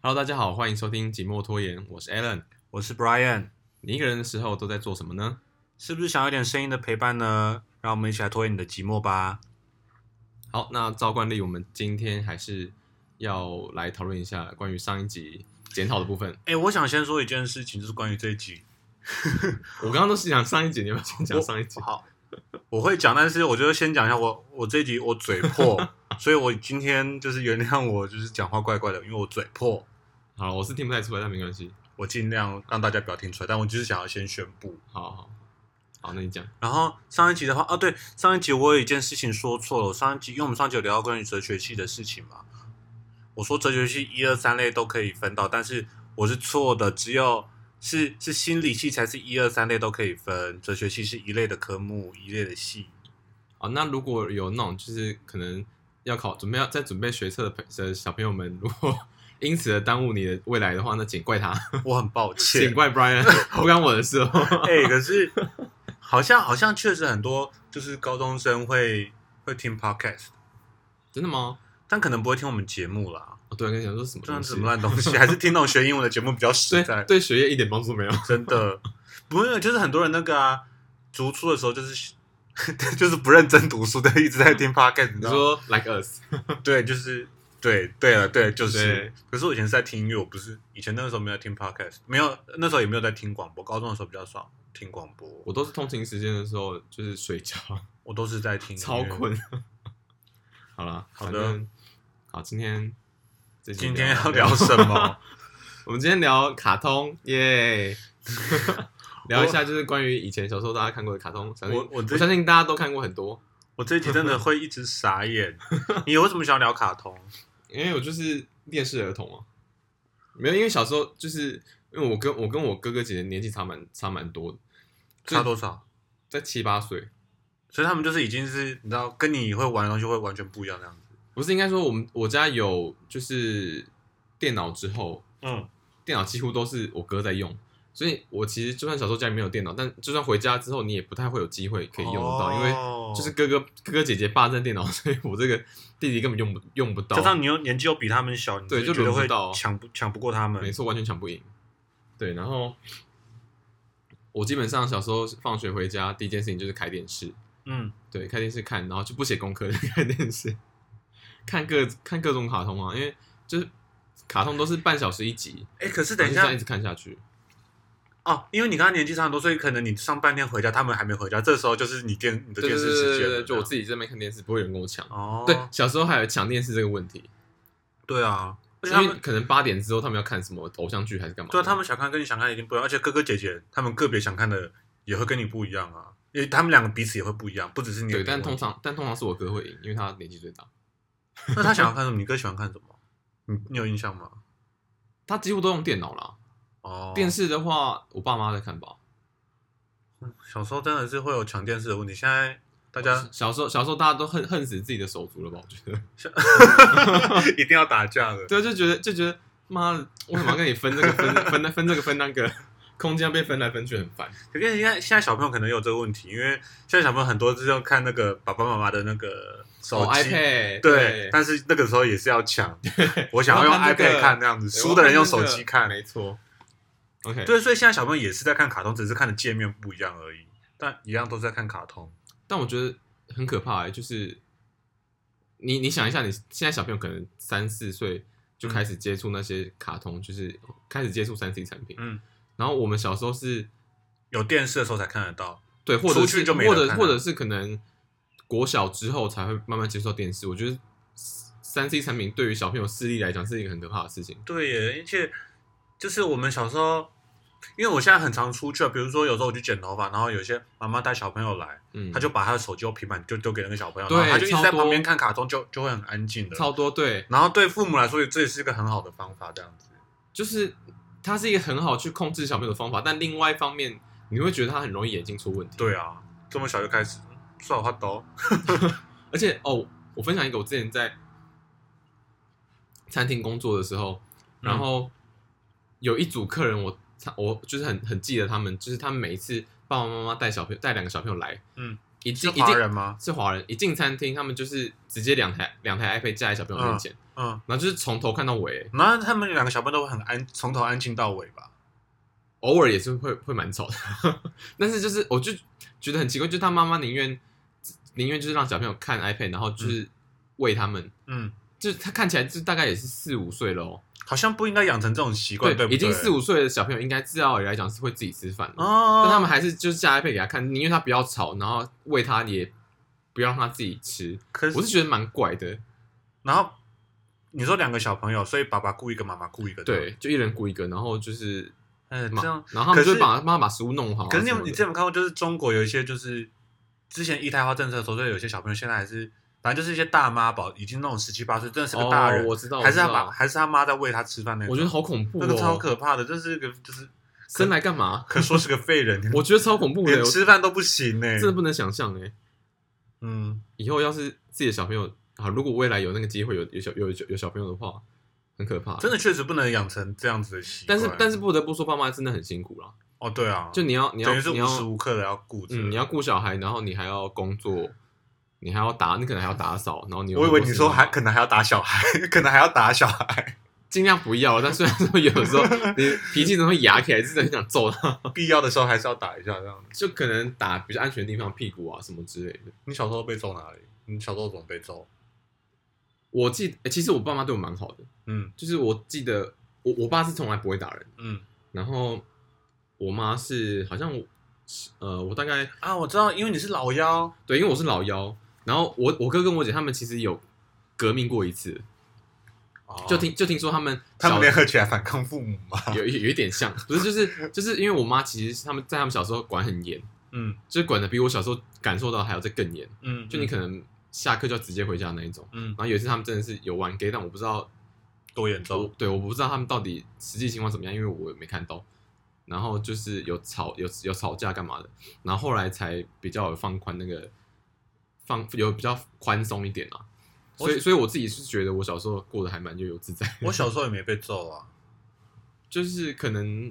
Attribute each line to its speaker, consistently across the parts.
Speaker 1: Hello，大家好，欢迎收听《寂寞拖延》，我是 Alan。
Speaker 2: 我是 Brian，
Speaker 1: 你一个人的时候都在做什么呢？
Speaker 2: 是不是想要一点声音的陪伴呢？让我们一起来拖延你的寂寞吧。
Speaker 1: 好，那照惯例，我们今天还是要来讨论一下关于上一集检讨的部分。
Speaker 2: 哎、我想先说一件事情，就是关于这一集。
Speaker 1: 我刚刚都是讲上一集，你要不要先讲上一集？
Speaker 2: 好，我会讲，但是我觉得先讲一下我我这一集我嘴破，所以我今天就是原谅我，就是讲话怪怪的，因为我嘴破，
Speaker 1: 好了，我是听不太出来，但没关系。
Speaker 2: 我尽量让大家不要听出来，但我就是想要先宣布。
Speaker 1: 好好好，那你讲。
Speaker 2: 然后上一集的话，哦、对，上一集我有一件事情说错了。我上一集因为我们上一集有聊到关于哲学系的事情嘛，我说哲学系一二三类都可以分到，但是我是错的，只有是是心理系才是一二三类都可以分，哲学系是一类的科目，一类的系。
Speaker 1: 好，哦那如果有那种就是可能要考准备要在准备学测的朋的小朋友们，如果因此而耽误你的未来的话，那请怪他，
Speaker 2: 我很抱 歉
Speaker 1: 请，怪 Brian，不干我的事哦。
Speaker 2: 哎、可是好像好像确实很多就是高中生会会听 podcast，
Speaker 1: 真的吗？
Speaker 2: 但可能不会听我们节目啦。
Speaker 1: 哦，对，跟你讲说什么
Speaker 2: 这
Speaker 1: 东
Speaker 2: 样
Speaker 1: 西
Speaker 2: 什么烂东西，还是听那种学英文的节目比较实
Speaker 1: 对
Speaker 2: 在。
Speaker 1: 对学业一点帮助都没有。
Speaker 2: 真的，不是，就是很多人那个啊，读书的时候就是 就是不认真读书的，一直在听嗯 podcast，你
Speaker 1: 你
Speaker 2: 知道吗？
Speaker 1: 说 like us，
Speaker 2: 对，就是对，对了，对，就是
Speaker 1: 对。
Speaker 2: 可是我以前是在听音乐，我不是以前那个时候没有听 podcast，没有那时候也没有在听广播，高中的时候比较少听广播，
Speaker 1: 我都是通勤时间的时候就是睡觉，
Speaker 2: 我都是在听音乐
Speaker 1: 超。 困。好啦，
Speaker 2: 好
Speaker 1: 反
Speaker 2: 的
Speaker 1: 正，好，今天这集
Speaker 2: 今天要聊什么？
Speaker 1: 我们今天聊卡通，耶、聊一下就是关于以前小时候大家看过的卡通，相信
Speaker 2: 我我
Speaker 1: 我
Speaker 2: 这
Speaker 1: 相信大家都看过很多，
Speaker 2: 我这一集真的会一直傻 眼。你为什么想聊卡通？
Speaker 1: 因为我就是电视儿童啊，没有，因为小时候就是因为我跟我跟我哥哥姐姐年纪差蛮差蛮多的，所以
Speaker 2: 差多少？
Speaker 1: 在七八岁，
Speaker 2: 所以他们就是已经是你知道，跟你会玩的东西会完全不一样那样子。
Speaker 1: 不是应该说我们我家有就是电脑之后，
Speaker 2: 嗯，
Speaker 1: 电脑几乎都是我哥在用，所以我其实就算小时候家里没有电脑，但就算回家之后，你也不太会有机会可以用得到，
Speaker 2: 哦
Speaker 1: 因为
Speaker 2: 为
Speaker 1: 就是哥哥哥哥姐姐霸占电脑，所以我这个弟弟根本用不用不到
Speaker 2: 加，上你又年纪又比他们小，你
Speaker 1: 对
Speaker 2: 是觉
Speaker 1: 就
Speaker 2: 得
Speaker 1: 轮不
Speaker 2: 会
Speaker 1: 到啊
Speaker 2: 抢不抢不过他们。
Speaker 1: 没错，完全抢不赢。对，然后我基本上小时候放学回家第一件事情就是开电视，
Speaker 2: 嗯，
Speaker 1: 对，开电视看，然后就不写功课，就 看电视，看各看各种卡通啊，因为就是卡通都是半小时一集，
Speaker 2: 哎，可是
Speaker 1: 然
Speaker 2: 等
Speaker 1: 后
Speaker 2: 一
Speaker 1: 啊就这样
Speaker 2: 下
Speaker 1: 一直看下去。
Speaker 2: 哦，因为你跟他年纪差很多，所以可能你上半天回家，他们还没回家，这时候就是你电你的
Speaker 1: 对对
Speaker 2: 电视
Speaker 1: 对
Speaker 2: 时
Speaker 1: 对
Speaker 2: 间
Speaker 1: 对，
Speaker 2: 了。
Speaker 1: 就我自己这边看电视，不会有人跟我抢。
Speaker 2: 哦，
Speaker 1: 对，小时候还有抢电视这个问题，
Speaker 2: 对啊，而
Speaker 1: 因
Speaker 2: 且他
Speaker 1: 为
Speaker 2: 们
Speaker 1: 可能八点之后他们要看什么偶像剧还是干嘛的？
Speaker 2: 对啊他们想看跟你想看一定不一样，而且哥哥姐姐他们个别想看的也会跟你不一样啊，因为他们两个彼此也会不一样，不只是你有
Speaker 1: 对，
Speaker 2: 点
Speaker 1: 但
Speaker 2: 问
Speaker 1: 通
Speaker 2: 题。
Speaker 1: 常但通常是我哥会赢，因为他年纪最大，
Speaker 2: 那他想要看什 么？你哥喜欢看什么？你你有印象吗？
Speaker 1: 他几乎都用电脑啦。
Speaker 2: 哦，
Speaker 1: 电视的话，我爸妈在看吧。
Speaker 2: 小时候真的是会有抢电视的问题，现在大家
Speaker 1: 小时候小时候大家都恨恨死自己的手足了吧？我觉得，哦
Speaker 2: 一定要打架的。
Speaker 1: 对，啊就觉得就觉得妈的，为什么要跟你分这个分分分这个分那个？空间被分来分去很烦。
Speaker 2: 可是现在现在小朋友可能有这个问题，因为现在小朋友很多是要看那个爸爸妈妈的那个手
Speaker 1: 哦
Speaker 2: 机。
Speaker 1: iPad
Speaker 2: 对
Speaker 1: 对，，
Speaker 2: 但是那个时候也是要抢，我想要用
Speaker 1: 我要看这个
Speaker 2: iPad 看那样子，
Speaker 1: 对
Speaker 2: 输的人
Speaker 1: 我
Speaker 2: 用
Speaker 1: 看那
Speaker 2: 手
Speaker 1: 个
Speaker 2: 机看。
Speaker 1: 没错。OK，
Speaker 2: 对，所以现在小朋友也是在看卡通，只是看的界面不一样而已，但一样都在看卡通。
Speaker 1: 但我觉得很可怕、欸，就是你你想一下，你现在小朋友可能三四岁
Speaker 2: 嗯
Speaker 1: 就开始接触那些卡通，就是开始接触三 C 产品。
Speaker 2: 嗯，
Speaker 1: 然后我们小时候是
Speaker 2: 有电视的时候才看得到。
Speaker 1: 对，或者
Speaker 2: 出
Speaker 1: 是
Speaker 2: 去就没
Speaker 1: 或
Speaker 2: 人
Speaker 1: 者
Speaker 2: 看了
Speaker 1: 或者是可能国小之后才会慢慢接触到电视。我觉得三 C 产品对于小朋友视力来讲是一个很可怕的事情。
Speaker 2: 对耶，而且就是我们小时候，因为我现在很常出去，啊，比如说有时候我去剪头发，然后有些妈妈带小朋友来，
Speaker 1: 嗯，
Speaker 2: 他就把他的手机或平板就丢给那个小朋友，
Speaker 1: 对
Speaker 2: 然后他就一直在
Speaker 1: 超多
Speaker 2: 旁边看卡通，就就会很安静的。
Speaker 1: 超多对，
Speaker 2: 然后对父母来说，这也是一个很好的方法，这样子。
Speaker 1: 嗯就是它是一个很好去控制小朋友的方法，但另外一方面你会觉得他很容易眼睛出问题。
Speaker 2: 对啊，这么小就开始，嗯算我花刀。
Speaker 1: 而且哦，我分享一个我之前在餐厅工作的时候，
Speaker 2: 嗯
Speaker 1: 然后有一组客人我，我就是很很记得他们，就是他们每一次爸爸妈妈带小朋友带两个小朋友来，
Speaker 2: 嗯，
Speaker 1: 一
Speaker 2: 是
Speaker 1: 进一
Speaker 2: 华
Speaker 1: 进
Speaker 2: 人吗？
Speaker 1: 是华人，一进餐厅他们就是直接两台两台 iPad 架在小朋友面前，
Speaker 2: 嗯，
Speaker 1: 然后就是从头看到尾，
Speaker 2: 然后他们两个小朋友都很安，从头安静到尾吧。
Speaker 1: 偶尔也是会会蛮吵的， 但是就是我就觉得很奇怪，就是他妈妈宁愿宁愿就是让小朋友看 iPad，然后就是喂他们，
Speaker 2: 嗯，
Speaker 1: 就是他看起来就大概也是四五岁喽，
Speaker 2: 好像不应该养成这种习惯，对不对？
Speaker 1: 已经四五岁的小朋友应该自道理来讲是会自己吃饭的，
Speaker 2: 哦，
Speaker 1: 但他们还是就是架 iPad 给他看，宁愿他不要吵，然后喂他也不要让他自己吃，
Speaker 2: 可是
Speaker 1: 我是觉得蛮怪的，
Speaker 2: 然后你说两个小朋友，所以爸爸雇一个，妈妈雇一个，吧，
Speaker 1: 对，就一人雇一个，然后就是
Speaker 2: 嗯，
Speaker 1: 嘛
Speaker 2: 这样。
Speaker 1: 然后他们
Speaker 2: 可
Speaker 1: 就是会把帮他把食物弄好啊
Speaker 2: 可
Speaker 1: 什
Speaker 2: 是
Speaker 1: 么的。
Speaker 2: 你有你之前有看过，就是中国有一些就是之前一胎化政策的时候，就有些小朋友现在还是，反正就是一些大妈宝，已经那种十七八岁，真的是个大人，
Speaker 1: 哦、我知道，
Speaker 2: 还是
Speaker 1: 我
Speaker 2: 他
Speaker 1: 知
Speaker 2: 爸
Speaker 1: 道，
Speaker 2: 还是他妈在喂他吃饭那种，
Speaker 1: 我觉得好恐怖哦，
Speaker 2: 那个超可怕的，这是一个就是
Speaker 1: 生来干嘛？
Speaker 2: 可说是个废人，
Speaker 1: 我觉得超恐怖的，
Speaker 2: 连
Speaker 1: 我
Speaker 2: 吃饭都不行呢、
Speaker 1: 真的不能想象哎。
Speaker 2: 嗯，
Speaker 1: 以后要是自己的小朋友啊，如果未来有那个机会有有小有有有小朋友的话，很可怕。
Speaker 2: 真的确实不能养成这样子的习惯。
Speaker 1: 啊但是但是不得不说，爸妈真的很辛苦啦。
Speaker 2: 哦，对啊，
Speaker 1: 就你要你要
Speaker 2: 等于是
Speaker 1: 你
Speaker 2: 无
Speaker 1: 要
Speaker 2: 时无刻的要顾着。
Speaker 1: 嗯你要顾小孩，然后你还要工作，你还要打，你可能还要打扫，然后你有
Speaker 2: 我以
Speaker 1: 很多
Speaker 2: 为你
Speaker 1: 事
Speaker 2: 说
Speaker 1: 情
Speaker 2: 还
Speaker 1: 要
Speaker 2: 可能还要打小孩，可能还要打小孩，
Speaker 1: 尽量不要，但虽然说有的时候你 脾气怎么会压起来，真的很想揍他，
Speaker 2: 必要的时候还是要打一下这样。
Speaker 1: 就可能打比较安全的地方，屁股啊什么之类的。
Speaker 2: 你小时候被揍哪里？你小时候怎么被揍？
Speaker 1: 我记得、欸其实我爸妈对我蛮好的，
Speaker 2: 嗯
Speaker 1: 就是我记得我我爸是从来不会打人，
Speaker 2: 嗯
Speaker 1: 然后我妈是好像我呃我大概
Speaker 2: 啊，我知道，因为你是老幺，
Speaker 1: 对，因为我是老幺，然后我我哥跟我姐他们其实有革命过一次，
Speaker 2: 哦
Speaker 1: 就听就听说他们
Speaker 2: 他
Speaker 1: 小
Speaker 2: 们联合起来反抗父母嘛。
Speaker 1: 有有有一点像，不是就是就是因为我妈其实他们在他们小时候管很严，
Speaker 2: 嗯
Speaker 1: 就是管的比我小时候感受到还要再更严，
Speaker 2: 嗯，
Speaker 1: 就你可能下课就要直接回家那一种。
Speaker 2: 嗯
Speaker 1: 然后有一次他们真的是有玩 gay，但我不知道
Speaker 2: 多严
Speaker 1: 我
Speaker 2: 重？
Speaker 1: 对，我不知道他们到底实际情况怎么样，因为我也没看到。然后就是有吵，有有吵架干嘛的，然后后来才比较有放宽那个放有比较宽松一点啊。
Speaker 2: 我
Speaker 1: 所以，所以我自己是觉得我小时候过得还蛮悠游自在，
Speaker 2: 我小时候也没被揍啊。
Speaker 1: 就是可能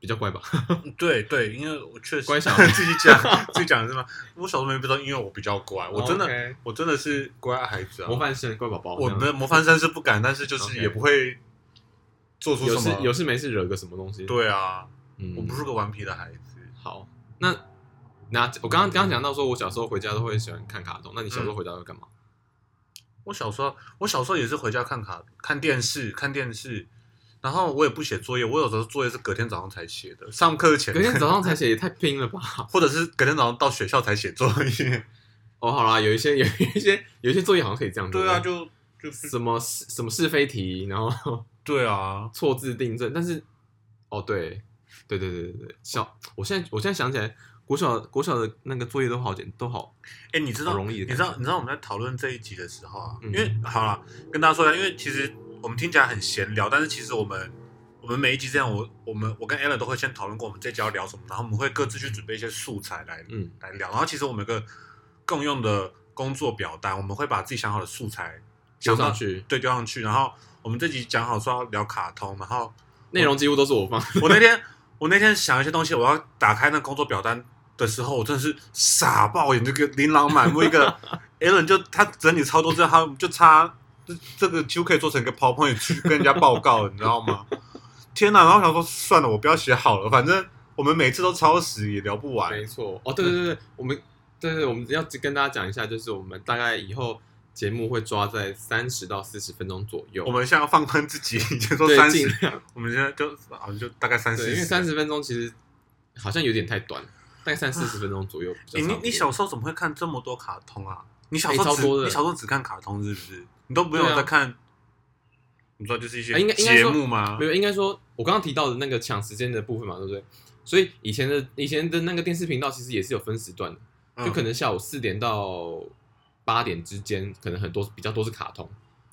Speaker 1: 比较乖吧。
Speaker 2: 嗯对对，因为我确实
Speaker 1: 乖小孩
Speaker 2: 自己讲自己讲是吗？我小时候没被揍，因为我比较乖，我真的
Speaker 1: 哦 OK
Speaker 2: 我真的是乖孩子啊
Speaker 1: 模。范生乖宝宝，
Speaker 2: 我
Speaker 1: 这样
Speaker 2: 的模范生是不敢，但是就是
Speaker 1: OK
Speaker 2: 也不会做出
Speaker 1: 有
Speaker 2: 什
Speaker 1: 事
Speaker 2: 么。
Speaker 1: 有事没事惹个什么东西。，
Speaker 2: 对啊，
Speaker 1: 嗯，
Speaker 2: 我不是个顽皮的孩子。
Speaker 1: 好。那那我刚刚刚刚讲到说，我小时候回家都会喜欢看卡通。那你小时候回家会 干嘛？
Speaker 2: 我小时候，我小时候也是回家看卡、看电视、看电视，然后我也不写作业，我有时候作业是隔天早上才写的，上课前
Speaker 1: 隔天早上才写也太拼了吧！
Speaker 2: 或者是隔天早上到学校才写作业。
Speaker 1: 哦，好啦，有一些有 一些有一些作业好像可以这样
Speaker 2: 对啊，
Speaker 1: 不
Speaker 2: 就就是
Speaker 1: 什么是什么是非题，然后
Speaker 2: 对啊，
Speaker 1: 错字订正，但是哦，对对对对对对，小我现在我现在想起来，国小国小的那个作业都好简都好
Speaker 2: 哎、你知
Speaker 1: 好
Speaker 2: 道
Speaker 1: 容易的
Speaker 2: 你
Speaker 1: 感
Speaker 2: 知
Speaker 1: 觉，
Speaker 2: 道你知道我们在讨论这一集的时候啊，
Speaker 1: 嗯
Speaker 2: 因为好了，跟大家说一下，因为其实我们听起来很闲聊，但是其实我们我们每一集这样，我我们我跟 Alan 都会先讨论过我们这集要聊什么，然后我们会各自去准备一些素材来
Speaker 1: 嗯
Speaker 2: 来聊。然后其实我们有个共用的工作表单，我们会把自己想好的素材
Speaker 1: 交
Speaker 2: 想到
Speaker 1: 上去，
Speaker 2: 对丢上去。然后我们这集讲好说要聊卡通，然后
Speaker 1: 内容几乎都是我 放，
Speaker 2: 我那天我那天想一些东西，我要打开那工作表单的时候，我真的是傻爆眼，这个琳琅满目 一个 Alan 就他整理超多资料，他就差这这个几乎可以做成一个 PowerPoint 去跟人家报告了，你知道吗？天哪！然后我想说算了，我不要写好了，反正我们每次都超时也聊不完。
Speaker 1: 没错，哦，对对对
Speaker 2: 嗯
Speaker 1: 对，我们对对，我们要跟大家讲一下，就是我们大概以后节目会抓在三十到四十分钟左右，
Speaker 2: 我们现在要放宽自己， 已经说
Speaker 1: 对
Speaker 2: 三
Speaker 1: 尽
Speaker 2: 十，
Speaker 1: 量
Speaker 2: 我们现在就好像就大概三十，
Speaker 1: 对，因为三十分钟其实好像有点太短，大概三四十分钟左右比较
Speaker 2: 诶
Speaker 1: 差不
Speaker 2: 你
Speaker 1: 多。
Speaker 2: 你小时候怎么会看这么多卡通啊？你小时候
Speaker 1: 诶超
Speaker 2: 只、
Speaker 1: 多的
Speaker 2: 你小时候只看卡通是不是？你都没有
Speaker 1: 对啊
Speaker 2: 在看？你知道就是一些
Speaker 1: 啊应该应该
Speaker 2: 节
Speaker 1: 说
Speaker 2: 目吗
Speaker 1: 没？有，应该说，我刚刚提到的那个抢时间的部分嘛，对不对？所以以前的以前的那个电视频道其实也是有分时段的，
Speaker 2: 嗯
Speaker 1: 就可能下午四点到八点之间，可能很多比较多是卡通。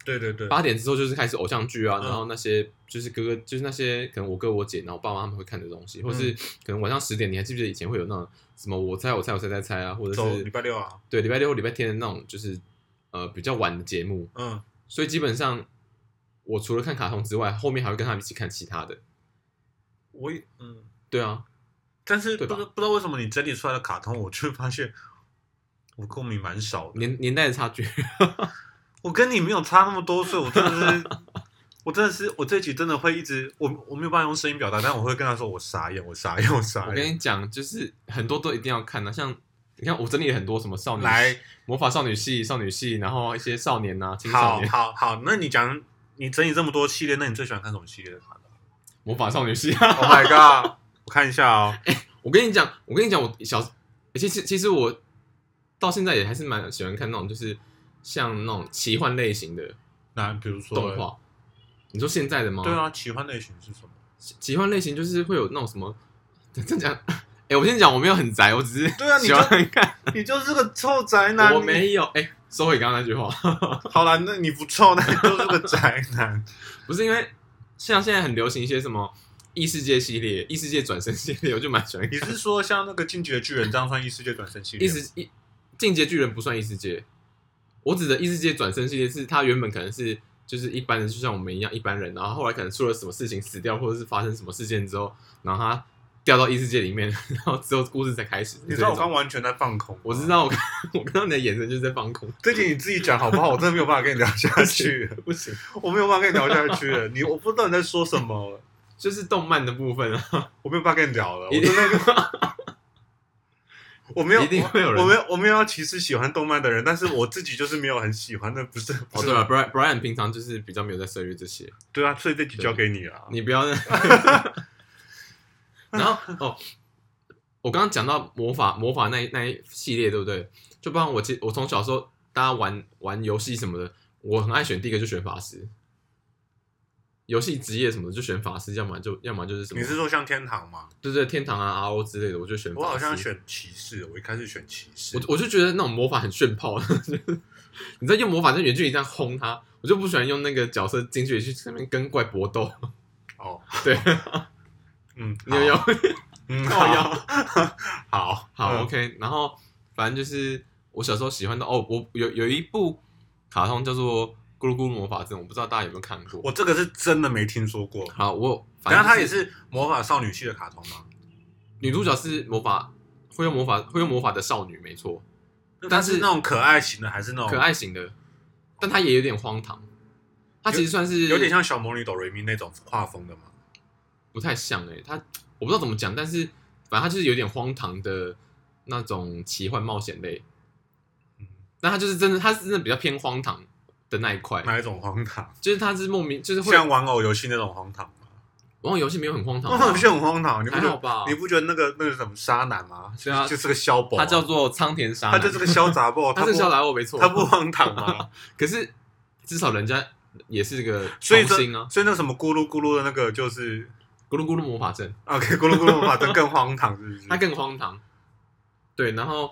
Speaker 2: 对对对，
Speaker 1: 八点之后就是开始偶像剧啊，
Speaker 2: 嗯
Speaker 1: 然后那些就是哥哥，就是那些可能我哥我姐，然后我爸妈他们会看的东
Speaker 2: 嗯
Speaker 1: 西，或是可能晚上十点，你还记不记得以前会有那种什么我猜我猜我猜猜猜啊，或者
Speaker 2: 走礼
Speaker 1: 是
Speaker 2: 拜六啊，
Speaker 1: 对礼拜六、礼拜天的那种，就是呃比较晚的节目。
Speaker 2: 嗯，
Speaker 1: 所以基本上我除了看卡通之外，后面还会跟他们一起看其他的。
Speaker 2: 我也嗯，
Speaker 1: 对啊，
Speaker 2: 但是不
Speaker 1: 对
Speaker 2: 知
Speaker 1: 吧
Speaker 2: 不知道为什么你整理出来的卡通，我就会发现我共鸣蛮少的。
Speaker 1: 年年代的差距，
Speaker 2: 我跟你没有差那么多岁，我真的是，我真的是，我这集真的会一直，我我没有办法用声音表达，但我会跟他说我傻眼，我傻眼，我 傻
Speaker 1: 我跟
Speaker 2: 眼。
Speaker 1: 你讲，就是很多都一定要看的、像你看我整理了很多什么少女
Speaker 2: 来，
Speaker 1: 魔法少女系、少女系，然后一些少年呐、青少
Speaker 2: 好
Speaker 1: 年、
Speaker 2: 好好，那你讲，你整理这么多系列，那你最喜欢看什么系 列的卡通
Speaker 1: 魔法少女系。
Speaker 2: ？Oh my god！我看一下哦，
Speaker 1: 我跟你讲，我跟你讲，我小其实其实我到现在也还是蛮喜欢看那种就是像那种奇幻类型的
Speaker 2: 那比如说
Speaker 1: 动，画。你说现在的吗？
Speaker 2: 对，啊，奇幻类型是什么？
Speaker 1: 奇奇幻类型就是会有那种什么，真真 讲，哎、我先讲，我没有很宅，我只是
Speaker 2: 对啊你
Speaker 1: 喜
Speaker 2: 就
Speaker 1: 欢看，
Speaker 2: 你就是个臭宅男，
Speaker 1: 我
Speaker 2: 你
Speaker 1: 没有，哎、收回刚刚那句话，
Speaker 2: 好啦，那你不臭，那你就是个宅男。
Speaker 1: 不是因为像现在很流行一些什么异世界系列、异世界转身系列，我就蛮喜欢看
Speaker 2: 你是说像那个进击的巨人这样算异世界转身系
Speaker 1: 异
Speaker 2: 列吗？
Speaker 1: 世异进阶巨人不算异世界，我指的异世界转身系列是它原本可能是就是一般人，就像我们一样一般人，然后后来可能出了什么事情死掉，或者是发生什么事件之后，然后他掉到异世界里面，然后之后故事才开始。
Speaker 2: 你知道我
Speaker 1: 这种
Speaker 2: 刚完全在放空，
Speaker 1: 我知。道，我看我看到你的眼神就是在放空，
Speaker 2: 这集你自己讲好不好？我真的没有办法跟你聊下 去了，
Speaker 1: 不行，
Speaker 2: 我没有办法跟你聊下去了。你我不知道你在说什么了，
Speaker 1: 就是动漫的部分啊，
Speaker 2: 我没有办法跟你聊了。我
Speaker 1: 一
Speaker 2: 真
Speaker 1: 定
Speaker 2: 的，我没有，
Speaker 1: 一定会有人
Speaker 2: 我没有，我没有要歧视喜欢动漫的人，但是我自己就是没有很喜欢，那不是不
Speaker 1: 哦
Speaker 2: 是
Speaker 1: 对了，Brian Brian 平常就是比较没有在涉猎这些，
Speaker 2: 对啊，所以这集交给你了。
Speaker 1: 你不要那。然后哦，我刚刚讲到魔法魔法那一那一系列，对不对？就包括我其我从小时候大家玩玩游戏什么的，我很爱选第一个就选法师，游戏职业什么的就选法师，要么就要么就是什么，
Speaker 2: 你是说像天堂吗？
Speaker 1: 对对天堂啊 RO 之类的，我就选法
Speaker 2: 我
Speaker 1: 师。
Speaker 2: 好像选骑士，我一开始选骑士
Speaker 1: 我。我就觉得那种魔法很炫炮， 就是你在用魔法在远距离这样轰他，我就不喜欢用那个角色近距离去上面跟怪搏斗。
Speaker 2: 哦，
Speaker 1: 对，
Speaker 2: 嗯，
Speaker 1: 你有用
Speaker 2: 好，嗯，
Speaker 1: 靠腰
Speaker 2: 好， 好，
Speaker 1: 好、
Speaker 2: 嗯
Speaker 1: o k 然后反正就是我小时候喜欢的哦，我有有一部卡通叫做《咕噜咕噜魔法阵》，我不知道大家有没有看过。
Speaker 2: 我这个是真的没听说过。
Speaker 1: 好，我反
Speaker 2: 然后
Speaker 1: 正
Speaker 2: 它也
Speaker 1: 是
Speaker 2: 是魔法少女系的卡通吗？
Speaker 1: 女主角是魔法会用魔法会用魔法的少女，没错，
Speaker 2: 那
Speaker 1: 但
Speaker 2: 它
Speaker 1: 是
Speaker 2: 是那种可爱型的，还是那种
Speaker 1: 可爱型的，但她也有点荒唐。她其实算是
Speaker 2: 有点像小魔女哆瑞咪那种画风的吗？
Speaker 1: 不太像哎、欸，她我不知道怎么讲，但是反正她就是有点荒唐的那种奇幻冒险类。
Speaker 2: 嗯，
Speaker 1: 那她就是真的，她是真的比较偏荒唐的那一块，
Speaker 2: 哪一种荒唐？
Speaker 1: 就是她是莫名就是会
Speaker 2: 像玩偶游戏那种荒唐吗？
Speaker 1: 玩偶游戏没有很荒唐啊，
Speaker 2: 玩偶游戏很荒唐，你不
Speaker 1: 还
Speaker 2: 觉
Speaker 1: 好
Speaker 2: 得？
Speaker 1: 吧？
Speaker 2: 你不觉得那个那个什么沙男吗？
Speaker 1: 对啊
Speaker 2: 就是个萧宝啊，
Speaker 1: 他叫做苍田沙
Speaker 2: 他
Speaker 1: 男，
Speaker 2: 就是个萧杂 宝，
Speaker 1: 他
Speaker 2: 不
Speaker 1: 是小来我没错，
Speaker 2: 他不荒 唐吗？
Speaker 1: 可是至少人家也是个
Speaker 2: 所以
Speaker 1: 童
Speaker 2: 这
Speaker 1: 星啊，
Speaker 2: 所以那什么咕噜咕噜的那个就是
Speaker 1: 咕噜咕噜魔法阵，
Speaker 2: OK，咕噜咕噜魔法阵更荒唐，是不是？
Speaker 1: 他更荒唐。对，然后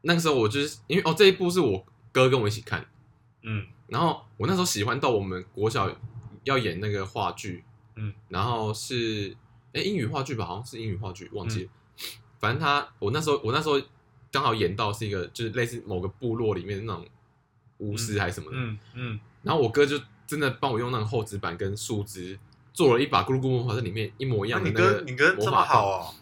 Speaker 1: 那个时候我就是因为哦这一部是我哥跟我一起看，
Speaker 2: 嗯
Speaker 1: 然后我那时候喜欢到我们国小要演那个话剧，
Speaker 2: 嗯，
Speaker 1: 然后是哎英语话剧吧，好像是英语话剧，
Speaker 2: 嗯
Speaker 1: 忘记了。反正他我那时候我那时候刚好演到是一个就是类似某个部落里面的那种巫师还是什么的，
Speaker 2: 嗯嗯，
Speaker 1: 然后我哥就真的帮我用那种厚纸板跟树枝做了一把咕噜咕噜魔法阵里面一模一
Speaker 2: 那
Speaker 1: 样的
Speaker 2: 你
Speaker 1: 那个
Speaker 2: 哥你哥这
Speaker 1: 魔
Speaker 2: 么
Speaker 1: 法
Speaker 2: 好
Speaker 1: 棒，
Speaker 2: 哦，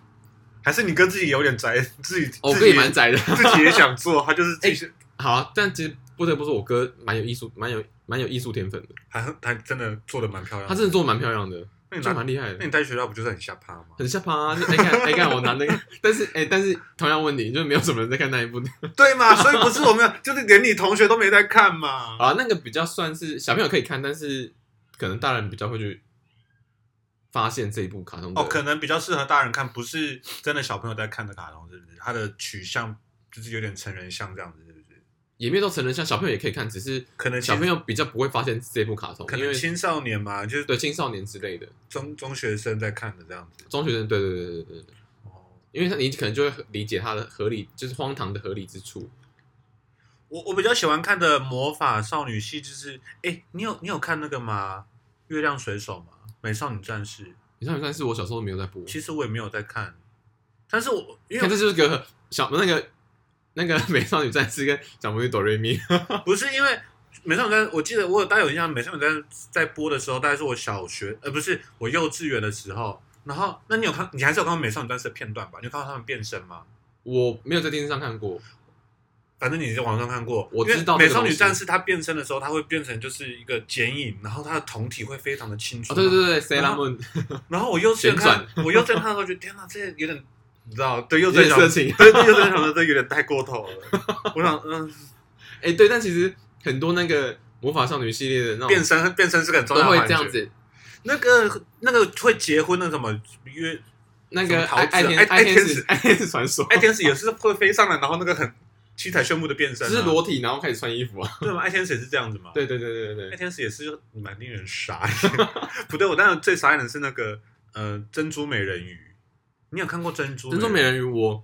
Speaker 2: 还是你哥自己有点宅，自己
Speaker 1: 哦我
Speaker 2: 自
Speaker 1: 哥
Speaker 2: 己
Speaker 1: 也蛮宅的。
Speaker 2: 自己也想做，他就是自己
Speaker 1: 好啊，但其实不得不说，我哥蛮有艺术，蛮有蛮有艺术天分的，
Speaker 2: 还他真的做的蛮漂亮
Speaker 1: 他
Speaker 2: 的。
Speaker 1: 真的做的蛮漂亮的，
Speaker 2: 那你
Speaker 1: 就
Speaker 2: 拿
Speaker 1: 蛮厉害的
Speaker 2: 那。你在学校不就是很下趴吗？
Speaker 1: 很下趴啊！你哎看哎看，我拿那个，但是哎，但是同样问题，就是没有什么人在看那一部。
Speaker 2: 对 嘛，所以不是我没有，就是连你同学都没在看嘛。
Speaker 1: 啊，那个比较算是小朋友可以看，但是可能大人比较会去发现这一部卡通的。
Speaker 2: 哦，可能比较适合大人看，不是真的小朋友在看的卡通，是不是？它的取向就是有点成人像这样子，是不是？
Speaker 1: 也没有到成人像，小朋友也可以看，只是
Speaker 2: 可能
Speaker 1: 小朋
Speaker 2: 友
Speaker 1: 友比较不会发现这部卡通，
Speaker 2: 可
Speaker 1: 因
Speaker 2: 能
Speaker 1: 为
Speaker 2: 青少年嘛，就是
Speaker 1: 对青少年之类的
Speaker 2: 中中学生在看的这样子。
Speaker 1: 中学生，对对对对对对，
Speaker 2: 哦，
Speaker 1: 因为他你可能就会理解他的合理，就是荒唐的合理之处。
Speaker 2: 我我比较喜欢看的魔法少女系就是，哎、你有你有看那个吗？月亮水手吗？美少女战士？
Speaker 1: 你像你算是我小时候没有在播，
Speaker 2: 其实我也没有在看，但是我因
Speaker 1: 看
Speaker 2: 为
Speaker 1: 这就是个小那个那个 美少女战士跟小魔女哆瑞咪，
Speaker 2: 不是因为美少女战士，我记得我有大家有印象，美少女战士在播的时候，大概是我小学，呃，不是我幼稚园的时候。然后，那你有看？你还是有看过美少女战士的片段吧？你有看到他们变身吗？
Speaker 1: 我没有在电视上看过。
Speaker 2: 反正你在网上看过，
Speaker 1: 我
Speaker 2: 因为
Speaker 1: 知道这
Speaker 2: 美
Speaker 1: 个
Speaker 2: 少女
Speaker 1: 东西
Speaker 2: 战士她变身的时候，她会变成就是一个剪影，然后她的瞳体会非常的清楚、
Speaker 1: 哦，对对对，C
Speaker 2: 然
Speaker 1: a
Speaker 2: 后
Speaker 1: Moon
Speaker 2: 然后我右侧
Speaker 1: 旋
Speaker 2: 看
Speaker 1: 转，
Speaker 2: 我右侧看的时候，觉得天哪，这有点， 你知道，对右
Speaker 1: 有
Speaker 2: 侧
Speaker 1: 点
Speaker 2: 想，
Speaker 1: 色 情。
Speaker 2: 对右侧想说这有点太过头了。我想，嗯，
Speaker 1: 哎，对，但其实很多那个魔法少女系列的那
Speaker 2: 变
Speaker 1: 种
Speaker 2: 身变身是个很重
Speaker 1: 都
Speaker 2: 要的
Speaker 1: 会
Speaker 2: 环
Speaker 1: 这样
Speaker 2: 节。
Speaker 1: 子。
Speaker 2: 那个那个会结婚的什么约
Speaker 1: 那
Speaker 2: 什
Speaker 1: 个
Speaker 2: 么桃
Speaker 1: 爱
Speaker 2: 子
Speaker 1: 爱
Speaker 2: 啊爱
Speaker 1: 天
Speaker 2: 爱
Speaker 1: 爱天
Speaker 2: 天
Speaker 1: 使
Speaker 2: 使
Speaker 1: 爱天使传说，
Speaker 2: 爱天使也是会飞上来，然后那个很七彩炫目的变身、
Speaker 1: 就
Speaker 2: 啊，
Speaker 1: 是裸体然后开始穿衣服啊。
Speaker 2: 对吗？爱天使也是这样子吗？，
Speaker 1: 对对对对对
Speaker 2: 爱
Speaker 1: 对，
Speaker 2: 天使也是蛮令人傻眼。 不对，我当然最傻眼的是那个呃珍珠美人鱼，你有看过珍珠
Speaker 1: 珍珠
Speaker 2: 美
Speaker 1: 美
Speaker 2: 人鱼？
Speaker 1: 人鱼我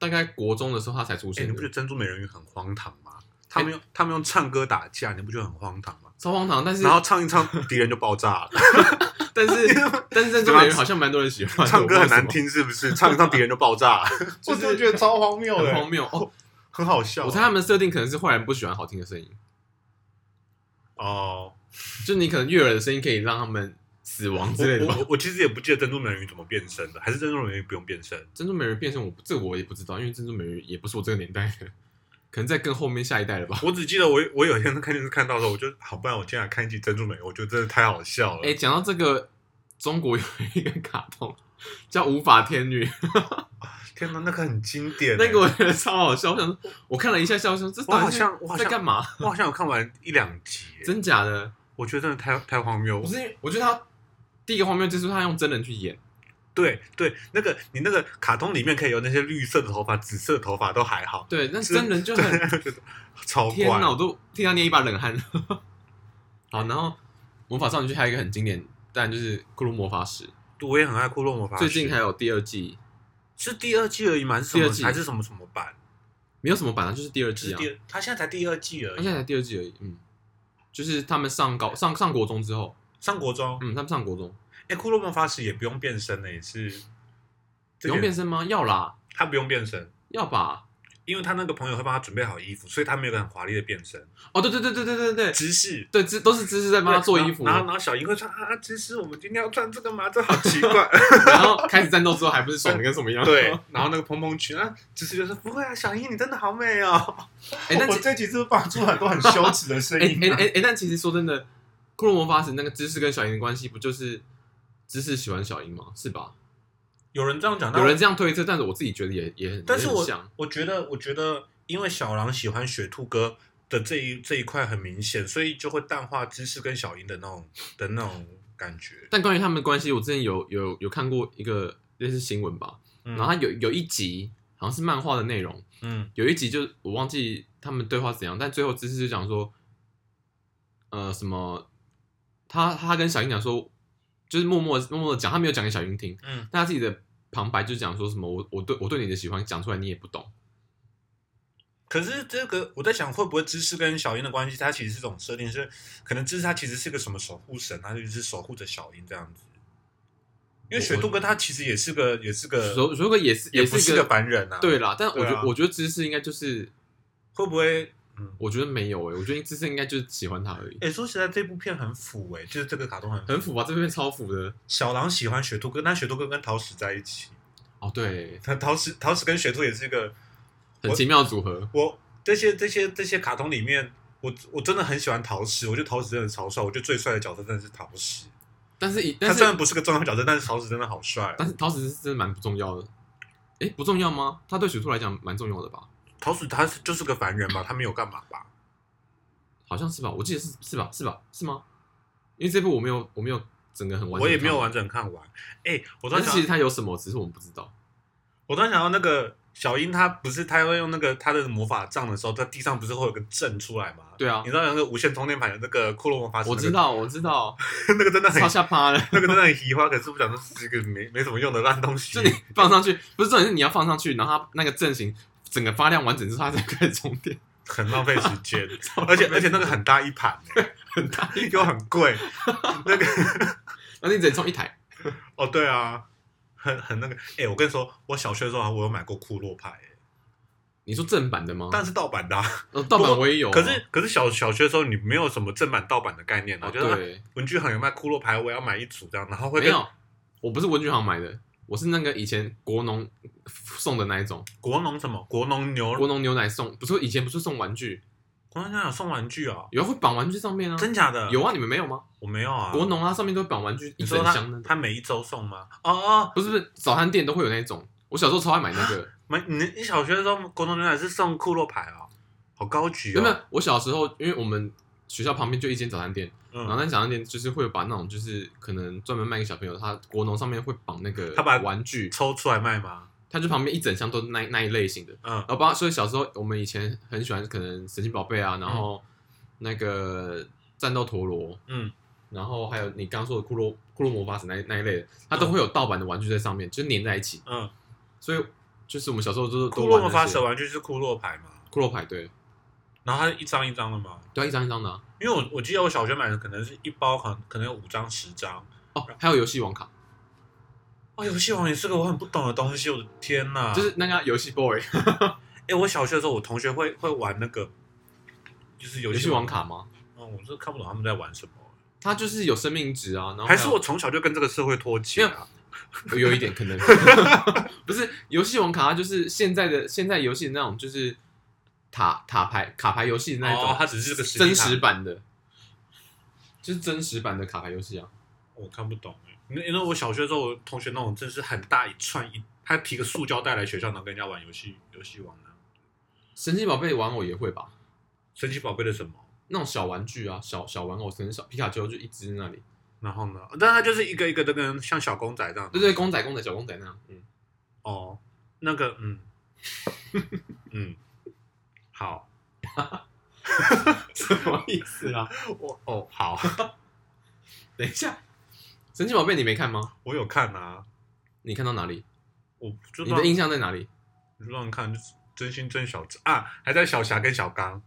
Speaker 1: 大概国中的时候它才出
Speaker 2: 哎、
Speaker 1: 现
Speaker 2: 你不觉
Speaker 1: 的，
Speaker 2: 得珍珠美人鱼很荒唐
Speaker 1: 哎
Speaker 2: 吗？他们用、他们用唱歌打架，你不觉得很荒唐吗？
Speaker 1: 超荒唐。但是
Speaker 2: 然后唱一唱，敌人就爆炸了。
Speaker 1: 但 是但是珍珠美人鱼好像蛮多人喜欢的，
Speaker 2: 唱歌很难
Speaker 1: 我不知
Speaker 2: 听，是不是？唱一唱，敌人就爆炸了。
Speaker 1: 就是
Speaker 2: 我真的觉得超荒谬
Speaker 1: 道为什么，
Speaker 2: 的，
Speaker 1: 很荒谬哦。
Speaker 2: 很好笑。
Speaker 1: 我猜他们设定可能是坏人不喜欢好听的声音，
Speaker 2: 哦，
Speaker 1: 就你可能悦耳的声音可以让他们死亡之类的
Speaker 2: 我
Speaker 1: 吧。
Speaker 2: 我我其实也不记得珍珠美人鱼怎么变身的，还是珍珠美人鱼不用变身？
Speaker 1: 珍珠美人鱼变身我不这个我也不知道，因为珍珠美人鱼也不是我这个年代的， 可能在更后面下一代了吧。
Speaker 2: 我只记得我我有一天看电视看到的时候，我就好，不然我今天来看一集珍珠美人鱼，我觉得真的太好笑了。
Speaker 1: 哎、讲到这个，中国有一个卡通叫《无法天女》，
Speaker 2: 天哪，那个很经典欸，
Speaker 1: 那个我觉得超好笑。我想说，我看了一下笑声，这
Speaker 2: 我
Speaker 1: 到
Speaker 2: 好
Speaker 1: 底是
Speaker 2: 像我好
Speaker 1: 在
Speaker 2: 像
Speaker 1: 干嘛？
Speaker 2: 我好像有看完一两集欸，
Speaker 1: 真假的？
Speaker 2: 我觉得真的太太荒谬。
Speaker 1: 不是，因为我觉得他第一个荒谬就是他用真人去演，
Speaker 2: 对对，那个你那个卡通里面可以有那些绿色的头发、紫色的头发都还好，
Speaker 1: 对，那
Speaker 2: 是
Speaker 1: 真人就很
Speaker 2: 对，超
Speaker 1: 天
Speaker 2: 怪
Speaker 1: 哪，。我都替他捏一把冷汗。 好，然后魔法少女剧还有一个很经典，当然就是《骷髅魔法使》，
Speaker 2: 我也很爱骷髅魔法使，
Speaker 1: 最近还有第二季，
Speaker 2: 是第二季而已吗？还是什
Speaker 1: 第二
Speaker 2: 么
Speaker 1: 季
Speaker 2: 还是什么什么版？
Speaker 1: 没有什么版啊，就是第二季
Speaker 2: 就是
Speaker 1: 啊，
Speaker 2: 第二，他现在才第二季而
Speaker 1: 他现在
Speaker 2: 已。啊
Speaker 1: 才第二季而已。嗯，就是他们上高上上国中之后，
Speaker 2: 上国中，
Speaker 1: 嗯，他们上国中
Speaker 2: 哎，骷髅魔法使也不用变身了，也是
Speaker 1: 不用变
Speaker 2: 身，
Speaker 1: 身吗？要啦，
Speaker 2: 他不用变身，
Speaker 1: 要吧？
Speaker 2: 因为他那个朋友会帮他准备好衣服，所以他没有一个很华丽的变身，
Speaker 1: 哦，对对对对对对对，
Speaker 2: 只是。
Speaker 1: 对，知都是知识在帮他做衣服，
Speaker 2: 然
Speaker 1: 然
Speaker 2: 后然 后然后小英会穿啊，只是我们今天要穿这个吗？这好奇怪。
Speaker 1: 后开始战斗之后还不是爽的跟什么一样？
Speaker 2: 对，然后那个蓬蓬裙啊，只是就说不会啊，小英你真的好美哦。
Speaker 1: 哎，但
Speaker 3: 我
Speaker 1: 其
Speaker 3: 这集是不是放出很多很羞耻的声
Speaker 1: 哎
Speaker 3: 音、
Speaker 1: 哎
Speaker 3: 啊？
Speaker 1: 哎哎，但其实说真的，骷髅魔法使那个知识跟小樱的关系不就是知识喜欢小樱吗？是吧？
Speaker 2: 有人这样讲，但
Speaker 1: 有
Speaker 2: 我
Speaker 1: 人这样推测，但是我自己觉得也也很，
Speaker 2: 但是
Speaker 1: 也很
Speaker 2: 我
Speaker 1: 像
Speaker 2: 我觉得，我觉得，因为小狼喜欢雪兔哥的这一这一块很明显，所以就会淡化芝士跟小樱的那种的那种感觉。
Speaker 1: 但关于他们的关系，我之前有有有看过一个类似新闻吧，
Speaker 2: 嗯
Speaker 1: 然后他有有一集好像是漫画的内容，
Speaker 2: 嗯，
Speaker 1: 有一集就我忘记他们对话怎样，但最后知识就讲说，呃，什么，他他跟小樱讲说，就是默默默默的讲，他没有讲给小樱听，
Speaker 2: 嗯，
Speaker 1: 但他自己的旁白就讲说什么，我我对我对你的喜欢讲出来你也不懂，
Speaker 2: 可是这个我在想，会不会芝士跟小樱的关系，它其实是一种设定是，可能芝士他其实是个什么守护神，他就是守护着小樱这样子。因为雪兔哥他其实也是个也是个
Speaker 1: 如如果也是
Speaker 2: 也不
Speaker 1: 是
Speaker 2: 是
Speaker 1: 一
Speaker 2: 个凡人啊，
Speaker 1: 对啦，但我觉
Speaker 2: 对
Speaker 1: 得、
Speaker 2: 啊
Speaker 1: 我觉得知识应该就是，
Speaker 2: 会不会？嗯，
Speaker 1: 我觉得没有欸诶、我觉得知识应该就是喜欢他而已，
Speaker 2: 哎、说实在，这部片很腐哎、就是这个卡通很
Speaker 1: 很腐吧，这边超腐的，
Speaker 2: 小狼喜欢雪兔哥，那雪兔哥跟桃矢在一起，
Speaker 1: 哦对，
Speaker 2: 他桃矢桃矢跟雪兔也是一个
Speaker 1: 很奇妙的组合，
Speaker 2: 我这些这些这些卡通里面，我我真的很喜欢桃矢，我觉得桃矢真的超帅，我觉得最帅的角色真的是桃矢。
Speaker 1: 但是
Speaker 2: 他
Speaker 1: 但
Speaker 2: 虽
Speaker 1: 是
Speaker 2: 然不是个重要角色，但是桃矢真的好帅哦。
Speaker 1: 但是陶瓷是真的蛮不重要的，诶，不重要吗？他对雪兔来讲蛮重要的吧？
Speaker 2: 桃矢他是就是个凡人吧，他没有干嘛吧？
Speaker 1: 好像是吧？我记得是是吧？是吧？是吗？因为这部我没有，我没有整个很完，
Speaker 2: 我也没有完，整看完。哎、我突
Speaker 1: 但
Speaker 2: 然
Speaker 1: 是
Speaker 2: 想
Speaker 1: 其实
Speaker 2: 到，
Speaker 1: 它有什么，只是我们不知道。
Speaker 2: 我突然想到那个小樱，她不是她会用那个她的魔法杖的时候，在地上不是会有个阵出来吗？
Speaker 1: 对啊
Speaker 2: 你，知道那个无线充电盘有那个骷髅魔法使、
Speaker 1: 我知，道，我知道，
Speaker 2: 那个真的很
Speaker 1: 超下趴了。
Speaker 2: 那个真的很奇花，可是不讲这是一个没没什么用的烂东西
Speaker 1: 就。你放上去，不是重点是你要放上去，然后它那个阵型整个发亮完整之后，它才开始充电，
Speaker 2: 很浪费时 间，而且而且那个很大一盘、欸，
Speaker 1: 很大。
Speaker 2: 又很贵。那个
Speaker 1: 那你只能充一台，
Speaker 2: 哦，对啊，很很那个。哎、我跟你说，我小学的时候我有买过库洛牌、欸，
Speaker 1: 你说正版的吗？
Speaker 2: 但是盗版的啊、
Speaker 1: 呃盗版我也嗯有啊，
Speaker 2: 可是可是小小学的时候你没有什么正版盗版的概念啊，
Speaker 1: 哦
Speaker 2: 就是啊
Speaker 1: 对，
Speaker 2: 文具行有卖库洛牌，我也要买一组这样，然后会
Speaker 1: 没
Speaker 2: 跟
Speaker 1: 有，我不是文具行买的，我是那个以前国农送的那一种，
Speaker 2: 国农什么？国农牛
Speaker 1: 国农牛奶送，不是以前不是送玩具，
Speaker 2: 国农牛奶有送玩具啊？
Speaker 1: 有人会绑玩具上面啊，
Speaker 2: 真假的？
Speaker 1: 有啊，你们没有吗？
Speaker 2: 我没有啊。
Speaker 1: 国农啊，上面都会绑玩具一
Speaker 2: 你
Speaker 1: 整
Speaker 2: 说
Speaker 1: 箱的
Speaker 2: 他，他每一周送吗？哦哦，
Speaker 1: 不是不是，早餐店都会有那种。我小时候超爱买那个，
Speaker 2: 没你你小学的时候国农牛奶是送库洛牌哦，好高级
Speaker 1: 有
Speaker 2: 哦。
Speaker 1: 没有？我小时候因为我们学校旁边就一间早餐店，然后
Speaker 2: 嗯，
Speaker 1: 那早餐店就是会有把那种就是可能专门卖给小朋友，他国农上面会绑那个
Speaker 2: 他把
Speaker 1: 玩具，
Speaker 2: 抽出来卖吗？
Speaker 1: 他就旁边一整箱都是那那一类型的。
Speaker 2: 嗯
Speaker 1: 然后包括所以小时候我们以前很喜欢可能神奇宝贝啊，然后那个战斗陀螺，
Speaker 2: 嗯，
Speaker 1: 然后还有你刚说的骷髅骷髅魔法使那一那一类的，它都会有盗版的玩具在上面，就是粘在一起。
Speaker 2: 嗯，
Speaker 1: 所以就是我们小时候就是都
Speaker 2: 库
Speaker 1: 玩
Speaker 2: 洛
Speaker 1: 那
Speaker 2: 魔
Speaker 1: 些
Speaker 2: 法手玩具是库洛牌嘛？
Speaker 1: 骷髅牌，对，
Speaker 2: 然后它是一张一张的吗？
Speaker 1: 对啊，一张一张的啊、
Speaker 2: 因为我我记得我小学买的可能是一包，可能可能有五张十张。
Speaker 1: 哦，还有游戏王卡，
Speaker 2: 哦，游戏王也是个我很不懂的东西，我的天呐！
Speaker 1: 就是那个游戏 boy
Speaker 2: 哎、我小学的时候，我同学会会玩那个，就是游
Speaker 1: 游戏王卡。吗？
Speaker 2: 嗯，我真的看不懂他们在玩什么，
Speaker 1: 它就是有生命值啊，然后
Speaker 2: 还是
Speaker 1: 有
Speaker 2: 我从小就跟这个社会脱节啊？
Speaker 1: 有一点可 能，不是游戏王卡，它就是现在的现在游戏的那种就是塔塔牌卡牌游戏的那一种，
Speaker 2: 哦，它只是个实体
Speaker 1: 真
Speaker 2: 卡
Speaker 1: 实，版的，就是真实版的卡牌游戏啊。
Speaker 2: 我看不懂哎、因为因为我小学的时候，我同学那种真是很大一串一，他提个塑胶袋来学校，然后跟人家玩游戏游戏王呢。
Speaker 1: 神奇宝贝玩偶也会吧？
Speaker 2: 神奇宝贝的什么？
Speaker 1: 那种小玩具啊，小小玩偶，可能小皮卡丘就一只那里，
Speaker 2: 然后呢？但它就是一个一个的跟像小公仔这样。
Speaker 1: 对对，公仔公仔小公仔那样，嗯，
Speaker 2: 哦，那个，嗯， 嗯，好，
Speaker 1: 什么意思 啊？
Speaker 2: 我哦好，
Speaker 1: 等一下，神奇宝贝你没看吗？
Speaker 2: 我有看啊，
Speaker 1: 你看到哪里？
Speaker 2: 我就
Speaker 1: 你
Speaker 2: 乱
Speaker 1: 的印象在哪里？
Speaker 2: 乱看，就是真心真小啊，还在小霞跟小刚，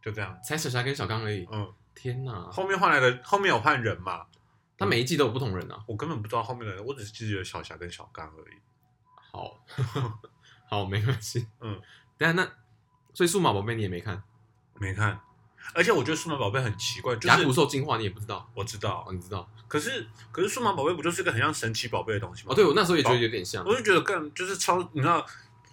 Speaker 2: 就这样，
Speaker 1: 才小霞跟小刚而已。
Speaker 2: 嗯，
Speaker 1: 天哪，
Speaker 2: 后面换来的后面有换人嘛，
Speaker 1: 他每一季都有不同人啊。
Speaker 2: 我根本不知道后面的人，我只是记得小霞跟小刚而已。
Speaker 1: 好， 好，没关系。
Speaker 2: 嗯，
Speaker 1: 但那所以数码宝贝你也没看，
Speaker 2: 没看。而且我觉得数码宝贝很奇怪，就
Speaker 1: 甲骨
Speaker 2: 是
Speaker 1: 兽进化你也不知道
Speaker 2: 我知道
Speaker 1: 哦，，你知道
Speaker 2: 可是可是数码宝贝不就是个很像神奇宝贝的东西吗？
Speaker 1: 哦？对，我那时候也觉得有点像，
Speaker 2: 我就觉得更就是超，你知道，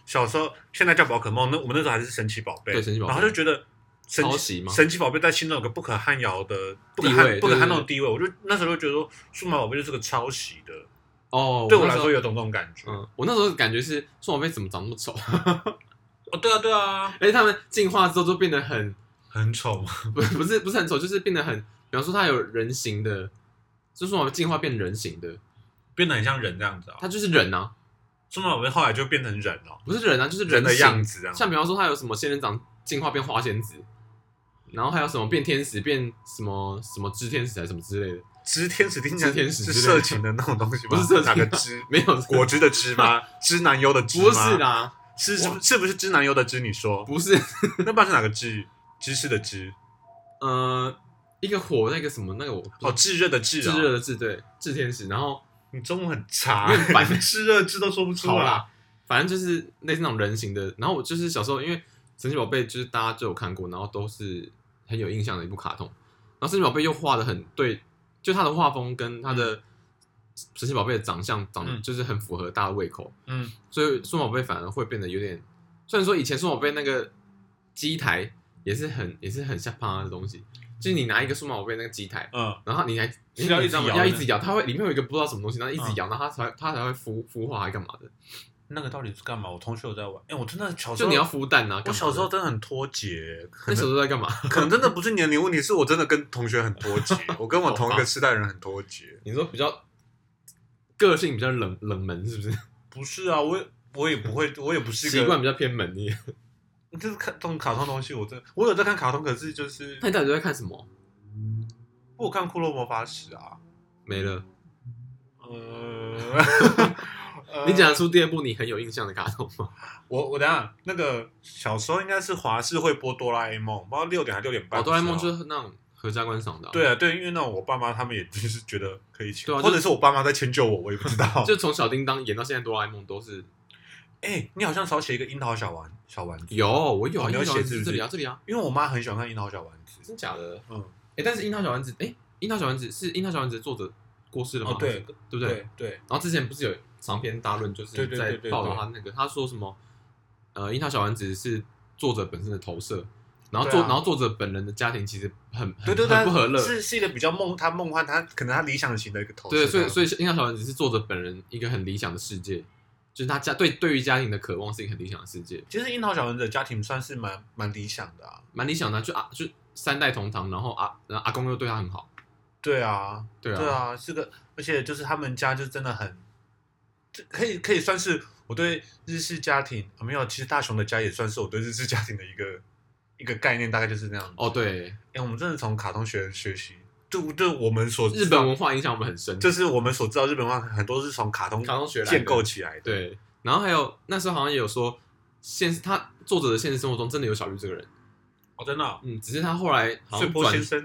Speaker 2: 小时候现在叫宝可梦，那我们那时候还是神奇宝贝，
Speaker 1: 对神奇宝贝
Speaker 2: 然后就觉得神
Speaker 1: 抄
Speaker 2: 奇
Speaker 1: 袭嘛。
Speaker 2: 神奇宝贝在心中有个不可撼摇的不可
Speaker 1: 地
Speaker 2: 撼
Speaker 1: 位
Speaker 2: 不可撼
Speaker 1: 对对
Speaker 2: 动的地位，我就那时候就觉得说数码宝贝就是个抄袭的，
Speaker 1: 哦，
Speaker 2: 对我
Speaker 1: 那
Speaker 2: 来
Speaker 1: 时候
Speaker 2: 说有种这种感觉。
Speaker 1: 嗯，我那时候感觉是数码宝贝怎么长那么丑，
Speaker 2: 哦，对啊，对啊，
Speaker 1: 而且他们进化之后就变得很
Speaker 2: 很丑嘛，
Speaker 1: 不不是不是很丑，就是变得很，比方说它有人形的，就数码宝贝进化变人形的，
Speaker 2: 变得很像人这样子啊、
Speaker 1: 它就是人啊，
Speaker 2: 数码宝贝后来就变成人了、
Speaker 1: 不是人啊，就是
Speaker 2: 人的
Speaker 1: 形
Speaker 2: 样子啊。
Speaker 1: 像比方说，他有什么仙人掌进化变花仙子，然后还有什么变天使变什么什么知天使还是什么之类的，
Speaker 2: 知天使听起来
Speaker 1: 知天使
Speaker 2: 是
Speaker 1: 之类
Speaker 2: 色
Speaker 1: 的
Speaker 2: 情的那种东西吗？
Speaker 1: 不是色情
Speaker 2: 哪个知？
Speaker 1: 没有
Speaker 2: 果汁的汁吗？ 知男优的知吗？
Speaker 1: 不是，啦，
Speaker 2: 是是是不是知男优的知？你说
Speaker 1: 不是，
Speaker 2: 那不知道是哪个知？知识的知
Speaker 1: 呃，一个火那个什么那个我
Speaker 2: 哦，炙热的炙啊、
Speaker 1: 炙热的炙对炙天使，然后
Speaker 2: 你中文很差，
Speaker 1: 有点烦
Speaker 2: 炙热炙都说不出啊
Speaker 1: 好
Speaker 2: 来。
Speaker 1: 啦，反正就是类似那种人形的，然后我就是小时候因为神奇宝贝就是大家就有看过，然后都是很有印象的一部卡通，然后神奇宝贝又画的很对，就它的画风跟它的神奇宝贝的长相长得
Speaker 2: 嗯
Speaker 1: 就是很符合大家的胃口。
Speaker 2: 嗯，
Speaker 1: 所以数码宝贝反而会变得有点，虽然说以前数码宝贝那个机台也是很也是很下趴的东西，就是你拿一个数码宝贝那个机台，
Speaker 2: 嗯，
Speaker 1: 然后你还
Speaker 2: 是要一直
Speaker 1: 你知道吗
Speaker 2: 摇的嗯
Speaker 1: 要一直摇，它会里面有一个不知道什么东西，然后一直摇，然后它才它才会孵孵化还干嘛的，
Speaker 2: 那个到底是干嘛？我同学有在玩，哎、我真的小时
Speaker 1: 就
Speaker 2: 候
Speaker 1: 你要孵蛋啊。干嘛
Speaker 2: 我
Speaker 1: 的
Speaker 2: 小时候真的很脱节，可
Speaker 1: 那小
Speaker 2: 能
Speaker 1: 时候在干嘛？
Speaker 2: 可能真的不是年龄问题，是我真的跟同学很脱 节，我跟我同一个世代人很脱节。
Speaker 1: 你说比较个性比较冷冷门是不是？
Speaker 2: 不是啊，我也我也不会，我也不是一个
Speaker 1: 习惯比较偏门一点。
Speaker 2: 就是看这种卡通东西，我真我有在看卡通，可是就是
Speaker 1: 那你到底都在看什么？
Speaker 2: 嗯我有看《骷髅魔法使》啊，
Speaker 1: 没了。
Speaker 2: 呃，呃
Speaker 1: 你讲得出第二部你很有印象的卡通吗？
Speaker 2: 我我等一下那个小时候应该是华视会播哆啦 A 梦，不知道六点还六点半
Speaker 1: 哦，
Speaker 2: 的时
Speaker 1: 哆
Speaker 2: 候。
Speaker 1: 啦 A 梦就是那种合家观赏的啊、
Speaker 2: 对啊对，因为那种我爸妈他们也就是觉得可以一起
Speaker 1: 对啊
Speaker 2: 看，
Speaker 1: 就
Speaker 2: 或者是我爸妈在迁就我，我也不知道。
Speaker 1: 就从小叮当演到现在，哆啦 A 梦都是
Speaker 2: 哎，你好像少写一个樱桃小丸小丸子，
Speaker 1: 有，我有
Speaker 2: 哦
Speaker 1: 啊，
Speaker 2: 你有
Speaker 1: 樱桃
Speaker 2: 写
Speaker 1: 丸子
Speaker 2: 是不是
Speaker 1: 这里啊，这里啊，
Speaker 2: 因为我妈很喜欢看樱桃小丸子。
Speaker 1: 真假的？
Speaker 2: 嗯，
Speaker 1: 哎，但是樱桃小丸子，哎，樱桃小丸子是樱桃小丸子的作者过世了嘛，
Speaker 2: 哦，对，
Speaker 1: 对不对？
Speaker 2: 对对
Speaker 1: 然后之前不是有长篇大论，就是
Speaker 2: 对对对
Speaker 1: 在
Speaker 2: 对对
Speaker 1: 报道他那个，他说什么，呃，樱桃小丸子是作者本身的投射，然后作、
Speaker 2: 对啊
Speaker 1: 然后作者本人的家庭其实很很
Speaker 2: 对对，
Speaker 1: 很
Speaker 2: 但
Speaker 1: 不和乐，
Speaker 2: 是是一个比较梦，他梦幻，他可能他理想型的一个投
Speaker 1: 对，
Speaker 2: 射
Speaker 1: 所以
Speaker 2: 这样
Speaker 1: 所以樱桃小丸子是作者本人一个很理想的世界，就是他家对对于家庭的渴望是一个很理想的世界，
Speaker 2: 其实樱桃小丸子的家庭算是蛮蛮理想的啊。
Speaker 1: 蛮理想的啊，就啊就三代同堂，然后啊然后阿公又对他很好，
Speaker 2: 对啊，
Speaker 1: 对啊，
Speaker 2: 对啊，是个，而且就是他们家就真的很，这可以可以算是我对日式家庭啊，没有，其实大雄的家也算是我对日式家庭的一个一个概念，大概就是那样。
Speaker 1: 哦对，
Speaker 2: 哎，我们真的从卡通学学习，对对，我们所
Speaker 1: 日本文化影响我们很深，
Speaker 2: 就是我们所知道日本文化很多是从卡通
Speaker 1: 卡通学来的
Speaker 2: 建构起来的。，
Speaker 1: 对，然后还有那时候好像也有说，现实他作者的现实生活中真的有小玉这个人，
Speaker 2: 哦，真的哦，
Speaker 1: 嗯，只是他后来好
Speaker 2: 碎
Speaker 1: 像
Speaker 2: 波
Speaker 1: 转，
Speaker 2: 先生，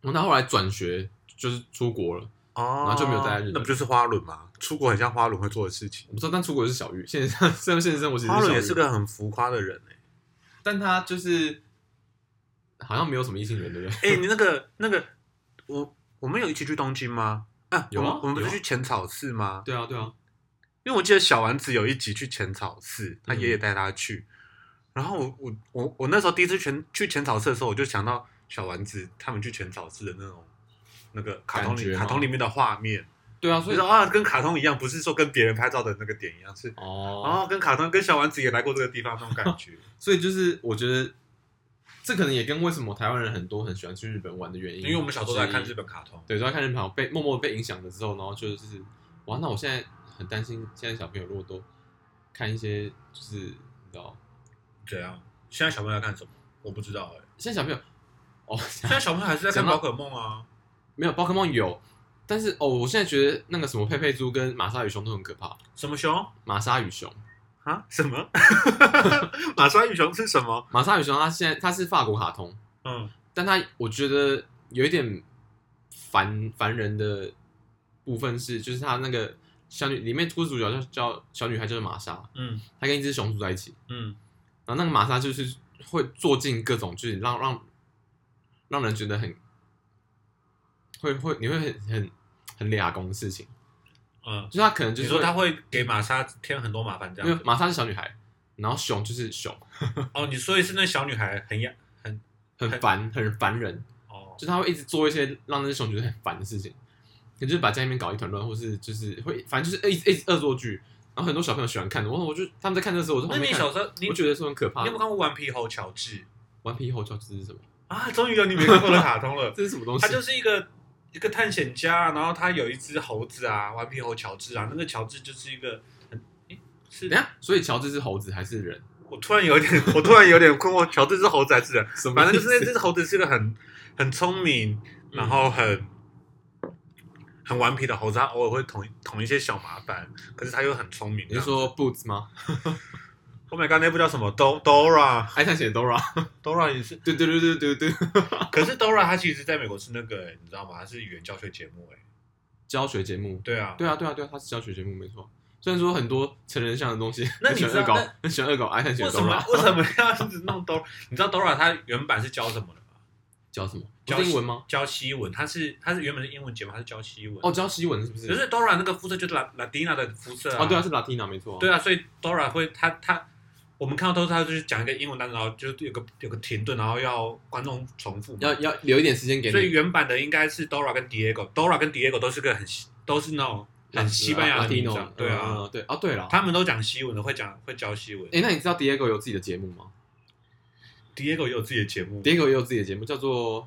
Speaker 1: 然后他后来转学就是出国了，
Speaker 2: 哦，
Speaker 1: 然后就没有待在日本
Speaker 2: 那不就是花轮吗？出国很像花轮会做的事情。
Speaker 1: 我不知道，但出国是小玉，现实 上现实生活其实
Speaker 2: 花轮也
Speaker 1: 小
Speaker 2: 是
Speaker 1: 玉
Speaker 2: 个很浮夸的人哎、
Speaker 1: 但他就是好像没有什么异性缘，对不对？
Speaker 2: 哎、你那个那个，我我们有一起去东京吗？啊，
Speaker 1: 有
Speaker 2: 我
Speaker 1: 啊
Speaker 2: 们我们不
Speaker 1: 有
Speaker 2: 是
Speaker 1: 啊
Speaker 2: 去浅草寺吗？
Speaker 1: 对啊，对啊，
Speaker 2: 因为我记得小丸子有一集去浅草寺，他
Speaker 1: 嗯
Speaker 2: 爷爷带他去，然后我我我我那时候第一次全去浅草寺的时候，我就想到小丸子他们去浅草寺的那种那个卡通
Speaker 1: 感
Speaker 2: 里
Speaker 1: 觉吗
Speaker 2: 卡通里面的画面，
Speaker 1: 对啊，
Speaker 2: 就
Speaker 1: 所以
Speaker 2: 是啊，跟卡通一样，不是说跟别人拍照的那个点一样，是
Speaker 1: 哦，
Speaker 2: 哦，跟卡通跟小丸子也来过这个地方那种感 觉。
Speaker 1: 所以就是我觉得这可能也跟为什么台湾人很多很喜欢去日本玩的原因，
Speaker 2: 因为我们小时候在看日，本卡通，
Speaker 1: 对，都在看日本，好像被默默被影响了之后，然后就是哇，那我现在很担心，现在小朋友如果都看一些就是你知道，
Speaker 2: 怎样？啊现在小朋友在看什么？我不知道哎、
Speaker 1: 现在小朋友哦，
Speaker 2: 现在小朋友还是在看
Speaker 1: 讲到
Speaker 2: 宝可梦啊。
Speaker 1: 没有宝可梦有，但是哦，我现在觉得那个什么佩佩猪跟玛莎与熊都很可怕，
Speaker 2: 什么熊
Speaker 1: 玛莎与熊。
Speaker 2: 啊？什 么？玛莎与熊是什么？
Speaker 1: 玛莎与熊，它现在它是法国卡通，
Speaker 2: 嗯，
Speaker 1: 但它我觉得有一点烦烦人的部分是，就是它那个小女里面故事主角叫叫小女孩叫做玛莎，
Speaker 2: 嗯
Speaker 1: 她跟一只熊住在一起，
Speaker 2: 嗯，
Speaker 1: 然后那个玛莎就是会做尽各种，就是让让让人觉得很会会你会很很很俩公的事情，
Speaker 2: 嗯，
Speaker 1: 就是她可能就
Speaker 2: 你
Speaker 1: 是
Speaker 2: 说他会给玛莎添很多麻烦这
Speaker 1: 因为
Speaker 2: 样子。
Speaker 1: 玛莎是小女孩，然后熊就是熊，
Speaker 2: 哦，你所以是那小女孩很养很
Speaker 1: 很烦很烦人，
Speaker 2: 哦，
Speaker 1: 就是他会一直做一些让那些熊觉得很烦的事情，也就是把家里面搞一团乱，或是就是会反正就是一直一直恶作剧，然后很多小朋友喜欢看的，我我就他们在看的时候，我在
Speaker 2: 那
Speaker 1: 旁
Speaker 2: 你
Speaker 1: 边看
Speaker 2: 小，时候你
Speaker 1: 我觉得是很可怕
Speaker 2: 你
Speaker 1: 的
Speaker 2: 有没有。看过《顽皮猴乔治》
Speaker 1: 顽皮猴乔治是什么？
Speaker 2: 啊？终于有你没看过的卡通了，
Speaker 1: 这是什么东西
Speaker 2: 他？就是一个。一个探险家，然后他有一只猴子啊，顽皮猴乔治啊，那个乔治就是一个很，诶是
Speaker 1: 等一下，所以乔治是猴子还是人？
Speaker 2: 我突然有点， 我突然有点困惑，乔治是猴子还是人？
Speaker 1: 什么
Speaker 2: 反正
Speaker 1: 意
Speaker 2: 就
Speaker 1: 思？
Speaker 2: 是那只猴子是个很很聪明，然后很很顽皮的猴子，它偶尔会捅捅一些小麻烦，可是它又很聪明。
Speaker 1: 你是说 Boots 吗？
Speaker 2: ，Oh my god，那部叫什么？Do Dora
Speaker 1: 爱探险 Dora？
Speaker 2: Dora 也是，
Speaker 1: 对对对对对对，
Speaker 2: 可是 Dora 它其实在美国是那个、欸，你知道吗？它是语言教学节目、欸，哎，
Speaker 1: 教学节目。
Speaker 2: 对啊，
Speaker 1: 对啊对啊对啊，它是教学节目没错。虽然说很多成人向的东西，
Speaker 2: 那
Speaker 1: 很
Speaker 2: 你
Speaker 1: 喜欢
Speaker 2: 知
Speaker 1: 恶搞
Speaker 2: 道那，
Speaker 1: 很喜欢恶搞爱探险
Speaker 2: 为什么
Speaker 1: Dora
Speaker 2: 为什么要一直弄 Dora？你知道 Dora 它原版是教什么的吗？
Speaker 1: 教什么？
Speaker 2: 教
Speaker 1: 教英文吗？
Speaker 2: 教西文，它是它是原本是英文节目，它是教西文。
Speaker 1: 哦，，教西文是不是？
Speaker 2: 可是 Dora 那个肤色就是拉拉丁娜的肤色
Speaker 1: 哦，对啊，是 Latina 没错啊。
Speaker 2: 对啊，所以 Dora 会他他我们看到都是他就是讲一个英文单词，然后就是有个有个停顿，然后要观众重复嘛。
Speaker 1: 要要留一点时间给
Speaker 2: 所以
Speaker 1: 你。
Speaker 2: 原版的应该是 Dora 跟 Diego，Dora 跟 Diego 都是个很西都是那种很西班牙的名字啊
Speaker 1: Latino，
Speaker 2: 对啊，
Speaker 1: 嗯，对啊，对了。
Speaker 2: 他们都讲西文的，会讲会教西文。
Speaker 1: 哎，那你知道 Diego 有自己的节目吗
Speaker 2: Diego 也有自己的节目，
Speaker 1: ？Diego 也有自己的节目，叫做《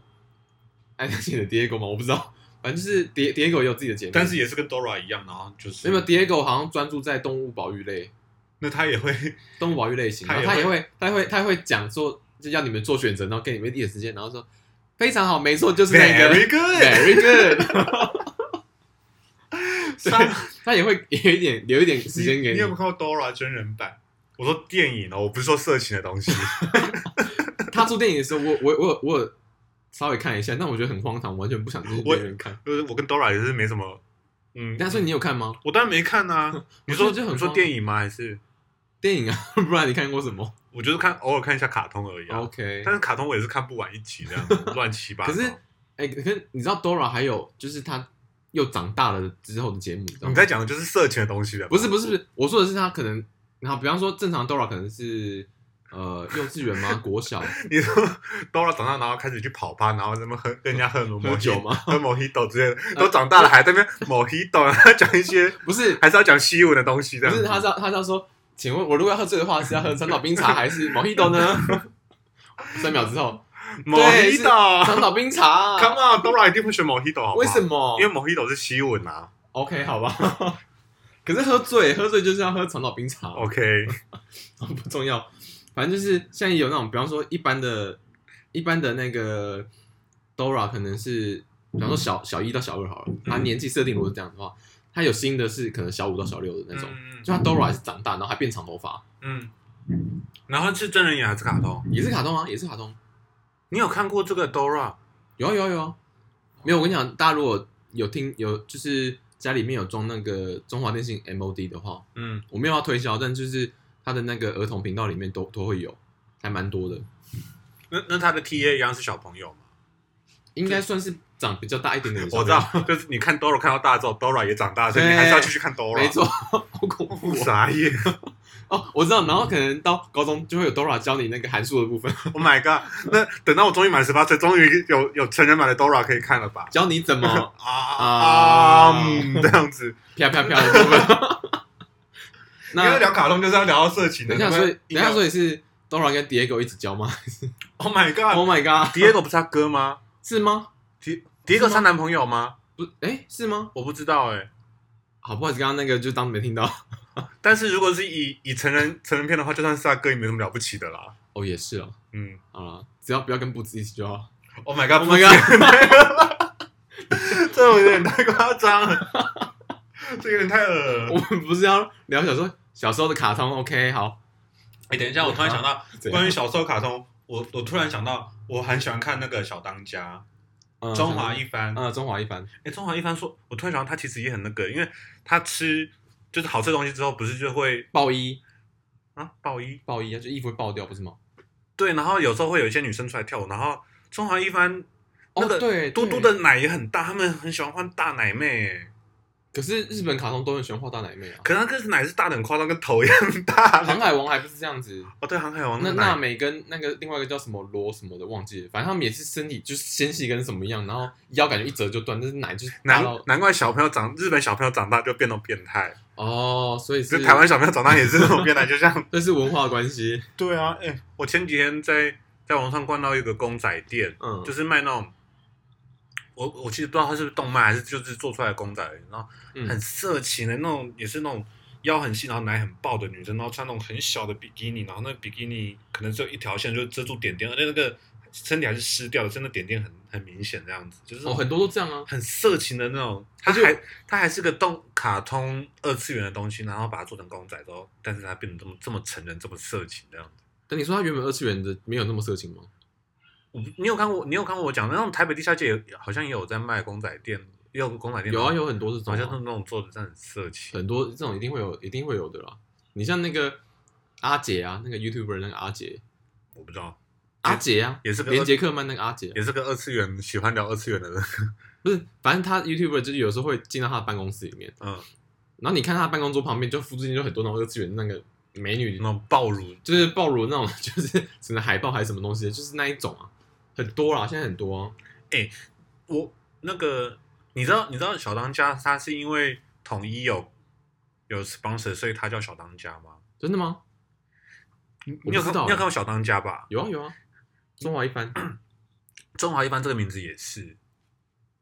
Speaker 1: 爱探险的 Diego》吗？我不知道，反正就是 Di- Diego 也有自己的节目，
Speaker 2: 但是也是跟 Dora 一样，然后就是
Speaker 1: 没有 Diego 好像专注在动物保育类，
Speaker 2: 那他也会
Speaker 1: 动物保育类型，
Speaker 2: 他
Speaker 1: 然
Speaker 2: 也
Speaker 1: 后他也会，他会，他会讲说，就要你们做选择，然后给你们一点时间，然后说非常好，没错，就是那个
Speaker 2: very good，
Speaker 1: very good，
Speaker 2: 上
Speaker 1: 他也会有一点留一点时间给
Speaker 2: 你
Speaker 1: 你
Speaker 2: 有没有。看过 Dora 真人版？我说电影哦，我不是说色情的东西。
Speaker 1: 他出电影的时候，我我我我有稍微看一下，但我觉得很荒唐，完全不想进
Speaker 2: 我
Speaker 1: 电影院看。
Speaker 2: 就是我跟 Dora 也是没什么，嗯，
Speaker 1: 但是你有看吗？
Speaker 2: 我当然没看啊。你
Speaker 1: 我
Speaker 2: 说
Speaker 1: 觉得这很
Speaker 2: 你说
Speaker 1: 荒
Speaker 2: 电影吗？还是
Speaker 1: 电影啊， 不然你看过什么
Speaker 2: 我就是看偶尔看一下卡通而已啊。
Speaker 1: ？OK，
Speaker 2: 但是卡通我也 是看不完一集这样，乱七八糟。
Speaker 1: 可是哎、可是你知道 Dora 还有就是他又长大了之后的节目，你知道吗？
Speaker 2: 你在讲的就是色情的东西了吧，
Speaker 1: 不是不是不是，我说的是他可能，然后比方说正常 Dora 可能是呃幼稚 园吗？国小
Speaker 2: 你说 Dora 长大然后开始去跑趴，然后他们喝跟人家喝什么
Speaker 1: 喝酒
Speaker 2: mojito
Speaker 1: 吗？呃
Speaker 2: 喝 mojito 之类的，都长大了还在那边 mojito，然后讲一些
Speaker 1: 不是
Speaker 2: 还是要讲西文的东西这
Speaker 1: 不
Speaker 2: 样
Speaker 1: 是，
Speaker 2: 子。
Speaker 1: 他是要他是要说，请问我如果要喝醉的话，是要喝长岛冰茶还是 Mojito 呢？三秒之后，对是
Speaker 2: mojito，come
Speaker 1: 长岛冰茶，
Speaker 2: on，Dora 一定会选 mojito 好不好
Speaker 1: 为什？么？
Speaker 2: 因为 mojito 是西文啊。
Speaker 1: OK 好吧。 可是喝醉，喝醉就是要喝长岛冰茶
Speaker 2: OK，
Speaker 1: 不重要。反正就是现在有那种，比方说一般的、一般的那个 Dora 可能是，比方说小小一到小二好了，他年纪设定如果是这样的话，他有新的是可能小五到小六的那种，
Speaker 2: 嗯
Speaker 1: 就他 Dora 也是长大，然后还变长头发，
Speaker 2: 嗯，然后是真人演还是卡通？
Speaker 1: 也是卡通啊，也是卡通，
Speaker 2: 你有看过这个 Dora？
Speaker 1: 有啊有啊有啊，没有我跟你讲，大家如果有听有就是家里面有装那个中华电信 MOD 的话，
Speaker 2: 嗯，
Speaker 1: 我没有要推销，但就是他的那个儿童频道里面都都会有，还蛮多的，
Speaker 2: 那那他的 TA 一样是小朋友吗？
Speaker 1: 应该算是长比较大一点点的小
Speaker 2: 我知
Speaker 1: 朋友。
Speaker 2: 道，就是你看 Dora 看到大之后，Dora 也长大，所以你还是要继续看 Dora。
Speaker 1: 没，错， 好恐怖哦！
Speaker 2: 傻眼。
Speaker 1: 哦，我知道，然后可能到高中就会有 Dora 教你那个函数的部分，
Speaker 2: Oh my god！那等到我终于满十八岁，终于有有成人版的 Dora 可以看了吧？
Speaker 1: 教你怎 么
Speaker 2: 啊啊
Speaker 1: 啊
Speaker 2: 嗯，这样子。
Speaker 1: 啪啪啪的部分。
Speaker 2: 因为
Speaker 1: 那
Speaker 2: 聊卡通就是要聊到色情的。
Speaker 1: 等一下，所以等一下，所
Speaker 2: 以
Speaker 1: 以是 Dora 跟 Diego 一直教吗
Speaker 2: Oh my god！
Speaker 1: ？Oh my god，
Speaker 2: Diego 不是他哥吗
Speaker 1: 是吗？
Speaker 2: ？Diego 是她男朋友吗？
Speaker 1: 不，哎，是吗？
Speaker 2: 我不知道哎、
Speaker 1: 好，不好意思，刚刚那个就当没听到。
Speaker 2: 但是如果是以以成人成人片的话，就算是他哥也没什么了不起的啦。
Speaker 1: 哦，也是啊，
Speaker 2: 嗯
Speaker 1: 好了，只要不要跟布兹一起就好。
Speaker 2: ，Oh my
Speaker 1: Oh my
Speaker 2: god！Oh
Speaker 1: god，
Speaker 2: 这有点太夸张了，这有点太恶了。
Speaker 1: 我们不是要聊小时候小时候的卡通？OK，好，
Speaker 2: 哎、等一下，我突然想到
Speaker 1: 怎样
Speaker 2: 关于小时候卡通，我我突然想到，我很喜欢看那个小当家，
Speaker 1: 嗯
Speaker 2: 中华一番。哎、
Speaker 1: 嗯，中华一番，
Speaker 2: 中华一番说，我突然想到他其实也很那个，因为他吃就是好吃的东西之后，不是就会
Speaker 1: 爆衣
Speaker 2: 啊爆衣
Speaker 1: 爆衣啊，就衣服会爆掉，不是吗？
Speaker 2: 对，然后有时候会有一些女生出来跳舞，然后中华一番那
Speaker 1: 哦，
Speaker 2: 个
Speaker 1: 对，
Speaker 2: 嘟
Speaker 1: 对
Speaker 2: 嘟的奶也很大，他们很喜欢换大奶妹欸，
Speaker 1: 可是日本卡通都很喜欢画大奶妹啊，
Speaker 2: 可是那个奶是大的很夸张，跟头一样大。
Speaker 1: 航海王还不是这样子。
Speaker 2: 哦，对，航海王
Speaker 1: 嗯那
Speaker 2: 奶
Speaker 1: 娜美跟那个另外一个叫什么罗什么的忘记了，反正他们也是身体就是纤细跟什么一样，然后腰感觉一折就断，但是奶就是大
Speaker 2: 难
Speaker 1: 到
Speaker 2: 难怪小朋友长日本小朋友长大就变得变态，
Speaker 1: 哦，所以
Speaker 2: 就是是台湾小朋友长大也是这种变态，就像
Speaker 1: 这是文化关 系，
Speaker 2: 对啊，哎、我前几天在在网上逛到一个公仔店，
Speaker 1: 嗯，
Speaker 2: 就是是卖那种，我我其实不知道它是不是动漫，还是就是做出来的公仔，然后很
Speaker 1: 嗯
Speaker 2: 色情的那种，也是那种腰很细，然后奶很爆的女生，然后穿那种很小的比基尼，然后那个比基尼可能只有一条线，就遮住点点，而且那个身体还是湿掉的，真的点点很很明显，这样子，就是
Speaker 1: 哦，
Speaker 2: 那种
Speaker 1: 很多都这样啊，
Speaker 2: 很色情的那种，它
Speaker 1: 而且我
Speaker 2: 还它还是个动卡通二次元的东西，然后把它做成公仔之后，但是它变得这么这么成人，这么色情这样子。
Speaker 1: 但你说他原本二次元的没有那么色情吗？
Speaker 2: 我不你有看过你有看过我讲的那种台北地下街也好像也有在卖公仔店，也有个公仔店
Speaker 1: 有啊，
Speaker 2: 然后
Speaker 1: 有很多这种
Speaker 2: 好
Speaker 1: 啊、
Speaker 2: 像是那种做的真的很色情。
Speaker 1: 很多这种一定会有，一定会有的啦。你像那个阿杰啊，那个 YouTuber 那个阿杰，
Speaker 2: 我不知道，
Speaker 1: 阿杰啊，
Speaker 2: 也是个
Speaker 1: 连杰克曼那个阿杰啊、
Speaker 2: 也是个二次元喜欢聊二次元的人。
Speaker 1: 不是，反正他 YouTuber 就是有时候会进到他的办公室里面，
Speaker 2: 嗯，
Speaker 1: 然后你看他的办公桌旁边，就附近就很多那种二次元那个美女
Speaker 2: 那，种暴乳
Speaker 1: 就是暴露那种，就是什么海报还是什么东西的，就是那一种啊，很多啦，现在很多、啊。
Speaker 2: 我那个，你知道，你知道小当家他是因为统一有有 sponsor，所以他叫小当家吗？
Speaker 1: 真的吗？
Speaker 2: 你
Speaker 1: 我
Speaker 2: 你有
Speaker 1: 不
Speaker 2: 看
Speaker 1: 知道欸
Speaker 2: 你有看过小当家吧？
Speaker 1: 有啊有啊，中华一番，
Speaker 2: 中华一番这个名字也是，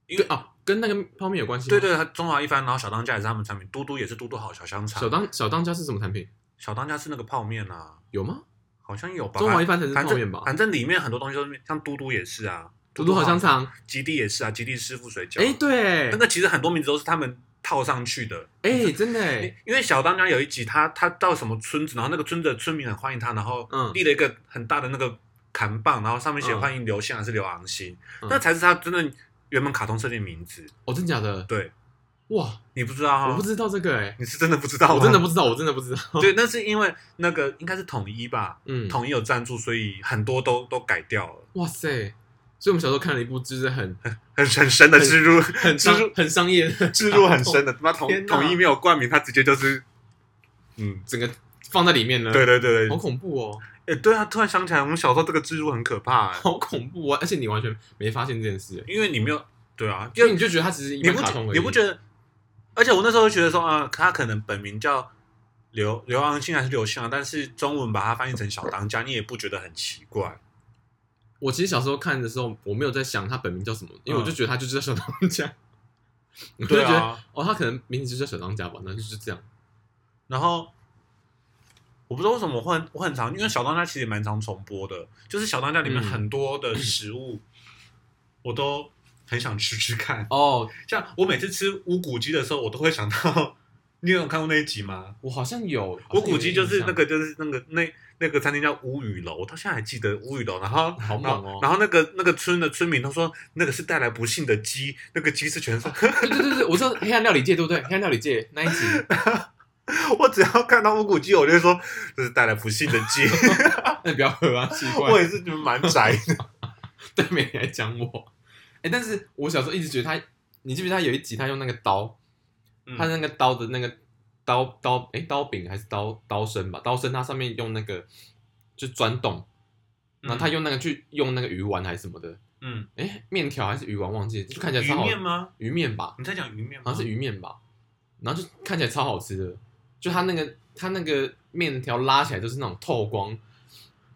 Speaker 2: 因
Speaker 1: 对
Speaker 2: 为
Speaker 1: 啊，跟那个泡面有关系吗。
Speaker 2: 对对，他中华一番，然后小当家也是他们产品，嘟嘟也是嘟嘟好小香肠，
Speaker 1: 小当小当家是什么产品？
Speaker 2: 小当家是那个泡面啊，
Speaker 1: 有吗？
Speaker 2: 好像有吧？
Speaker 1: 中华一番才是
Speaker 2: 反
Speaker 1: 泡面
Speaker 2: 正
Speaker 1: 吧？
Speaker 2: 反正里面很多东西都是像嘟嘟也是啊，
Speaker 1: 嘟嘟好香，肠，
Speaker 2: 吉地也是啊，吉地师傅水饺，
Speaker 1: 哎，对
Speaker 2: 那，个其实很多名字都是他们套上去的，
Speaker 1: 哎，真的哎，
Speaker 2: 因为小当家有一集他，他到什么村子，然后那个村子的村民很欢迎他，然后
Speaker 1: 嗯
Speaker 2: 立了一个很大的那个砍棒，然后上面写
Speaker 1: 嗯
Speaker 2: 欢迎刘宪还是刘昂星，
Speaker 1: 嗯
Speaker 2: 那才是他真的原本卡通设定名字。
Speaker 1: 哦，真假的？
Speaker 2: 对，
Speaker 1: 哇，
Speaker 2: 你不知道哈？
Speaker 1: 我不知道这个哎，
Speaker 2: 你是真的不知道吗？
Speaker 1: 我真的不知道，我真的不知道。
Speaker 2: 对，那是因为那个应该是统一吧，
Speaker 1: 嗯，
Speaker 2: 统一有赞助，所以很多都都改掉了。
Speaker 1: 哇塞，所以我们小时候看了一部就是 很
Speaker 2: 很很深的植入，
Speaker 1: 很
Speaker 2: 植
Speaker 1: 商
Speaker 2: 入
Speaker 1: 很商业的，
Speaker 2: 植入很深的，他妈统
Speaker 1: 天哪
Speaker 2: 统一没有冠名，他直接就是，嗯，
Speaker 1: 整个放在里面呢。
Speaker 2: 对对对
Speaker 1: 好
Speaker 2: 对，
Speaker 1: 恐怖哦，
Speaker 2: 哎，对啊，突然想起来，我们小时候这个植入很可怕，哎
Speaker 1: 好恐怖啊！而且你完全没发现这件事，
Speaker 2: 因为你没有，对啊，
Speaker 1: 因为你就觉得它只是一
Speaker 2: 你
Speaker 1: 般
Speaker 2: 不
Speaker 1: 卡
Speaker 2: 觉
Speaker 1: 通而已。
Speaker 2: 你不觉得？而且我那时候就觉得说，啊、他可能本名叫刘刘昂信还是刘信啊，但是中文把它翻译成小当家，你也不觉得很奇怪。
Speaker 1: 我其实小时候看的时候，我没有在想他本名叫什么，因为我就觉得他就是叫小当家， 我就
Speaker 2: 嗯对
Speaker 1: 觉得、
Speaker 2: 啊，
Speaker 1: 哦，他可能名字就叫小当家吧，那就是这样。
Speaker 2: 然后我不知道为什么我会很我很常，因为小当家其实也蛮常重播的，就是小当家里面
Speaker 1: 嗯
Speaker 2: 很多的食物，我都很想吃吃看。
Speaker 1: 哦，
Speaker 2: 像我每次吃无骨鸡的时候，我都会想到，你有看过那一集吗？
Speaker 1: 我好像有，
Speaker 2: 我古籍就是那
Speaker 1: 哦好像有印象
Speaker 2: 个，就是那个那那个餐厅叫乌雨楼，我到现在还记得乌雨楼。然后，
Speaker 1: 好
Speaker 2: 然
Speaker 1: 猛
Speaker 2: 后
Speaker 1: 哦，
Speaker 2: 然后那个那个村的村民他说，那个是带来不幸的鸡，那个鸡是全身。
Speaker 1: 对对对对，我知道黑暗料理界对不对？黑暗料理界那一集，
Speaker 2: 我只要看到乌骨鸡，我就会说这是带来不幸的鸡。
Speaker 1: 那你不要喝啊，奇
Speaker 2: 我
Speaker 1: 怪，
Speaker 2: 也是觉得蛮宅 的。
Speaker 1: 对面来讲我，哎、但是我小时候一直觉得他，你记不记得他有一集他用那个刀，
Speaker 2: 嗯
Speaker 1: 他那个刀的那个刀刀哎、刀柄还是刀刀身吧，刀身它上面用那个就钻洞，然后他用那个去用那个鱼丸还是什么的，
Speaker 2: 嗯，
Speaker 1: 哎、面条还是鱼丸忘记了，就看起来
Speaker 2: 鱼
Speaker 1: 超好
Speaker 2: 面吗？
Speaker 1: 鱼面吧，
Speaker 2: 你在讲鱼面
Speaker 1: 好
Speaker 2: 吗？
Speaker 1: 像是鱼面吧，然后就看起来超好吃的，就它那个它那个面条拉起来都是那种透光，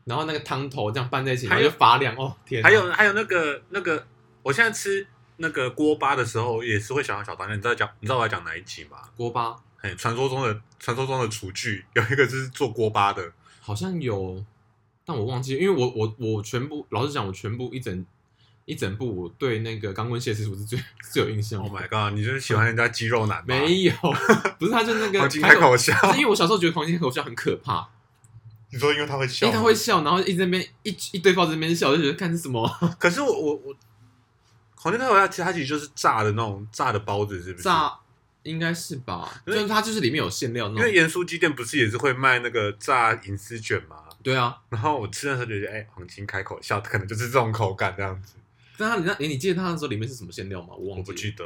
Speaker 1: 然后那个汤头这样拌在一起，然
Speaker 2: 还
Speaker 1: 后
Speaker 2: 有
Speaker 1: 就发亮哦，天啊！
Speaker 2: 还有还有那个那个，我现在吃那个锅巴的时候，也是会想到小当家。你知道讲你知道我要讲哪一集吗？
Speaker 1: 锅巴
Speaker 2: 哎，传说中的传说中的厨具有一个就是做锅巴的。
Speaker 1: 好像有，但我忘记，因为我我我全部老实讲，我全部一整一整部我对那个钢棍蟹师傅是最 最有印象的。
Speaker 2: Oh my god！你就是喜欢人家肌肉男吧？
Speaker 1: 没有， 不是他就那个
Speaker 2: 黄金开口笑，
Speaker 1: 不是因为我小时候觉得黄金开口笑很可怕，
Speaker 2: 你说因为他会
Speaker 1: 因
Speaker 2: 笑，
Speaker 1: 为他会。笑，然后一直在那边一一堆报纸在那边笑，我就觉得看是什么。
Speaker 2: 可是我我我，黄金开口笑，其实它其实就是炸的那种炸的包子，是不是？。
Speaker 1: 炸应该是吧，
Speaker 2: 因
Speaker 1: 就是
Speaker 2: 为
Speaker 1: 它就是里面有馅料
Speaker 2: 因
Speaker 1: 那
Speaker 2: 为
Speaker 1: 种。
Speaker 2: 盐酥鸡店不是也是会卖那个炸银丝卷吗？
Speaker 1: 对啊，
Speaker 2: 然后我吃的时候就觉得，哎、黄金开口笑，可能就是这种口感这样子。
Speaker 1: 但它你那你你记得它那时候里面是什么馅料吗？我
Speaker 2: 我
Speaker 1: 忘
Speaker 2: 不
Speaker 1: 记
Speaker 2: 记得，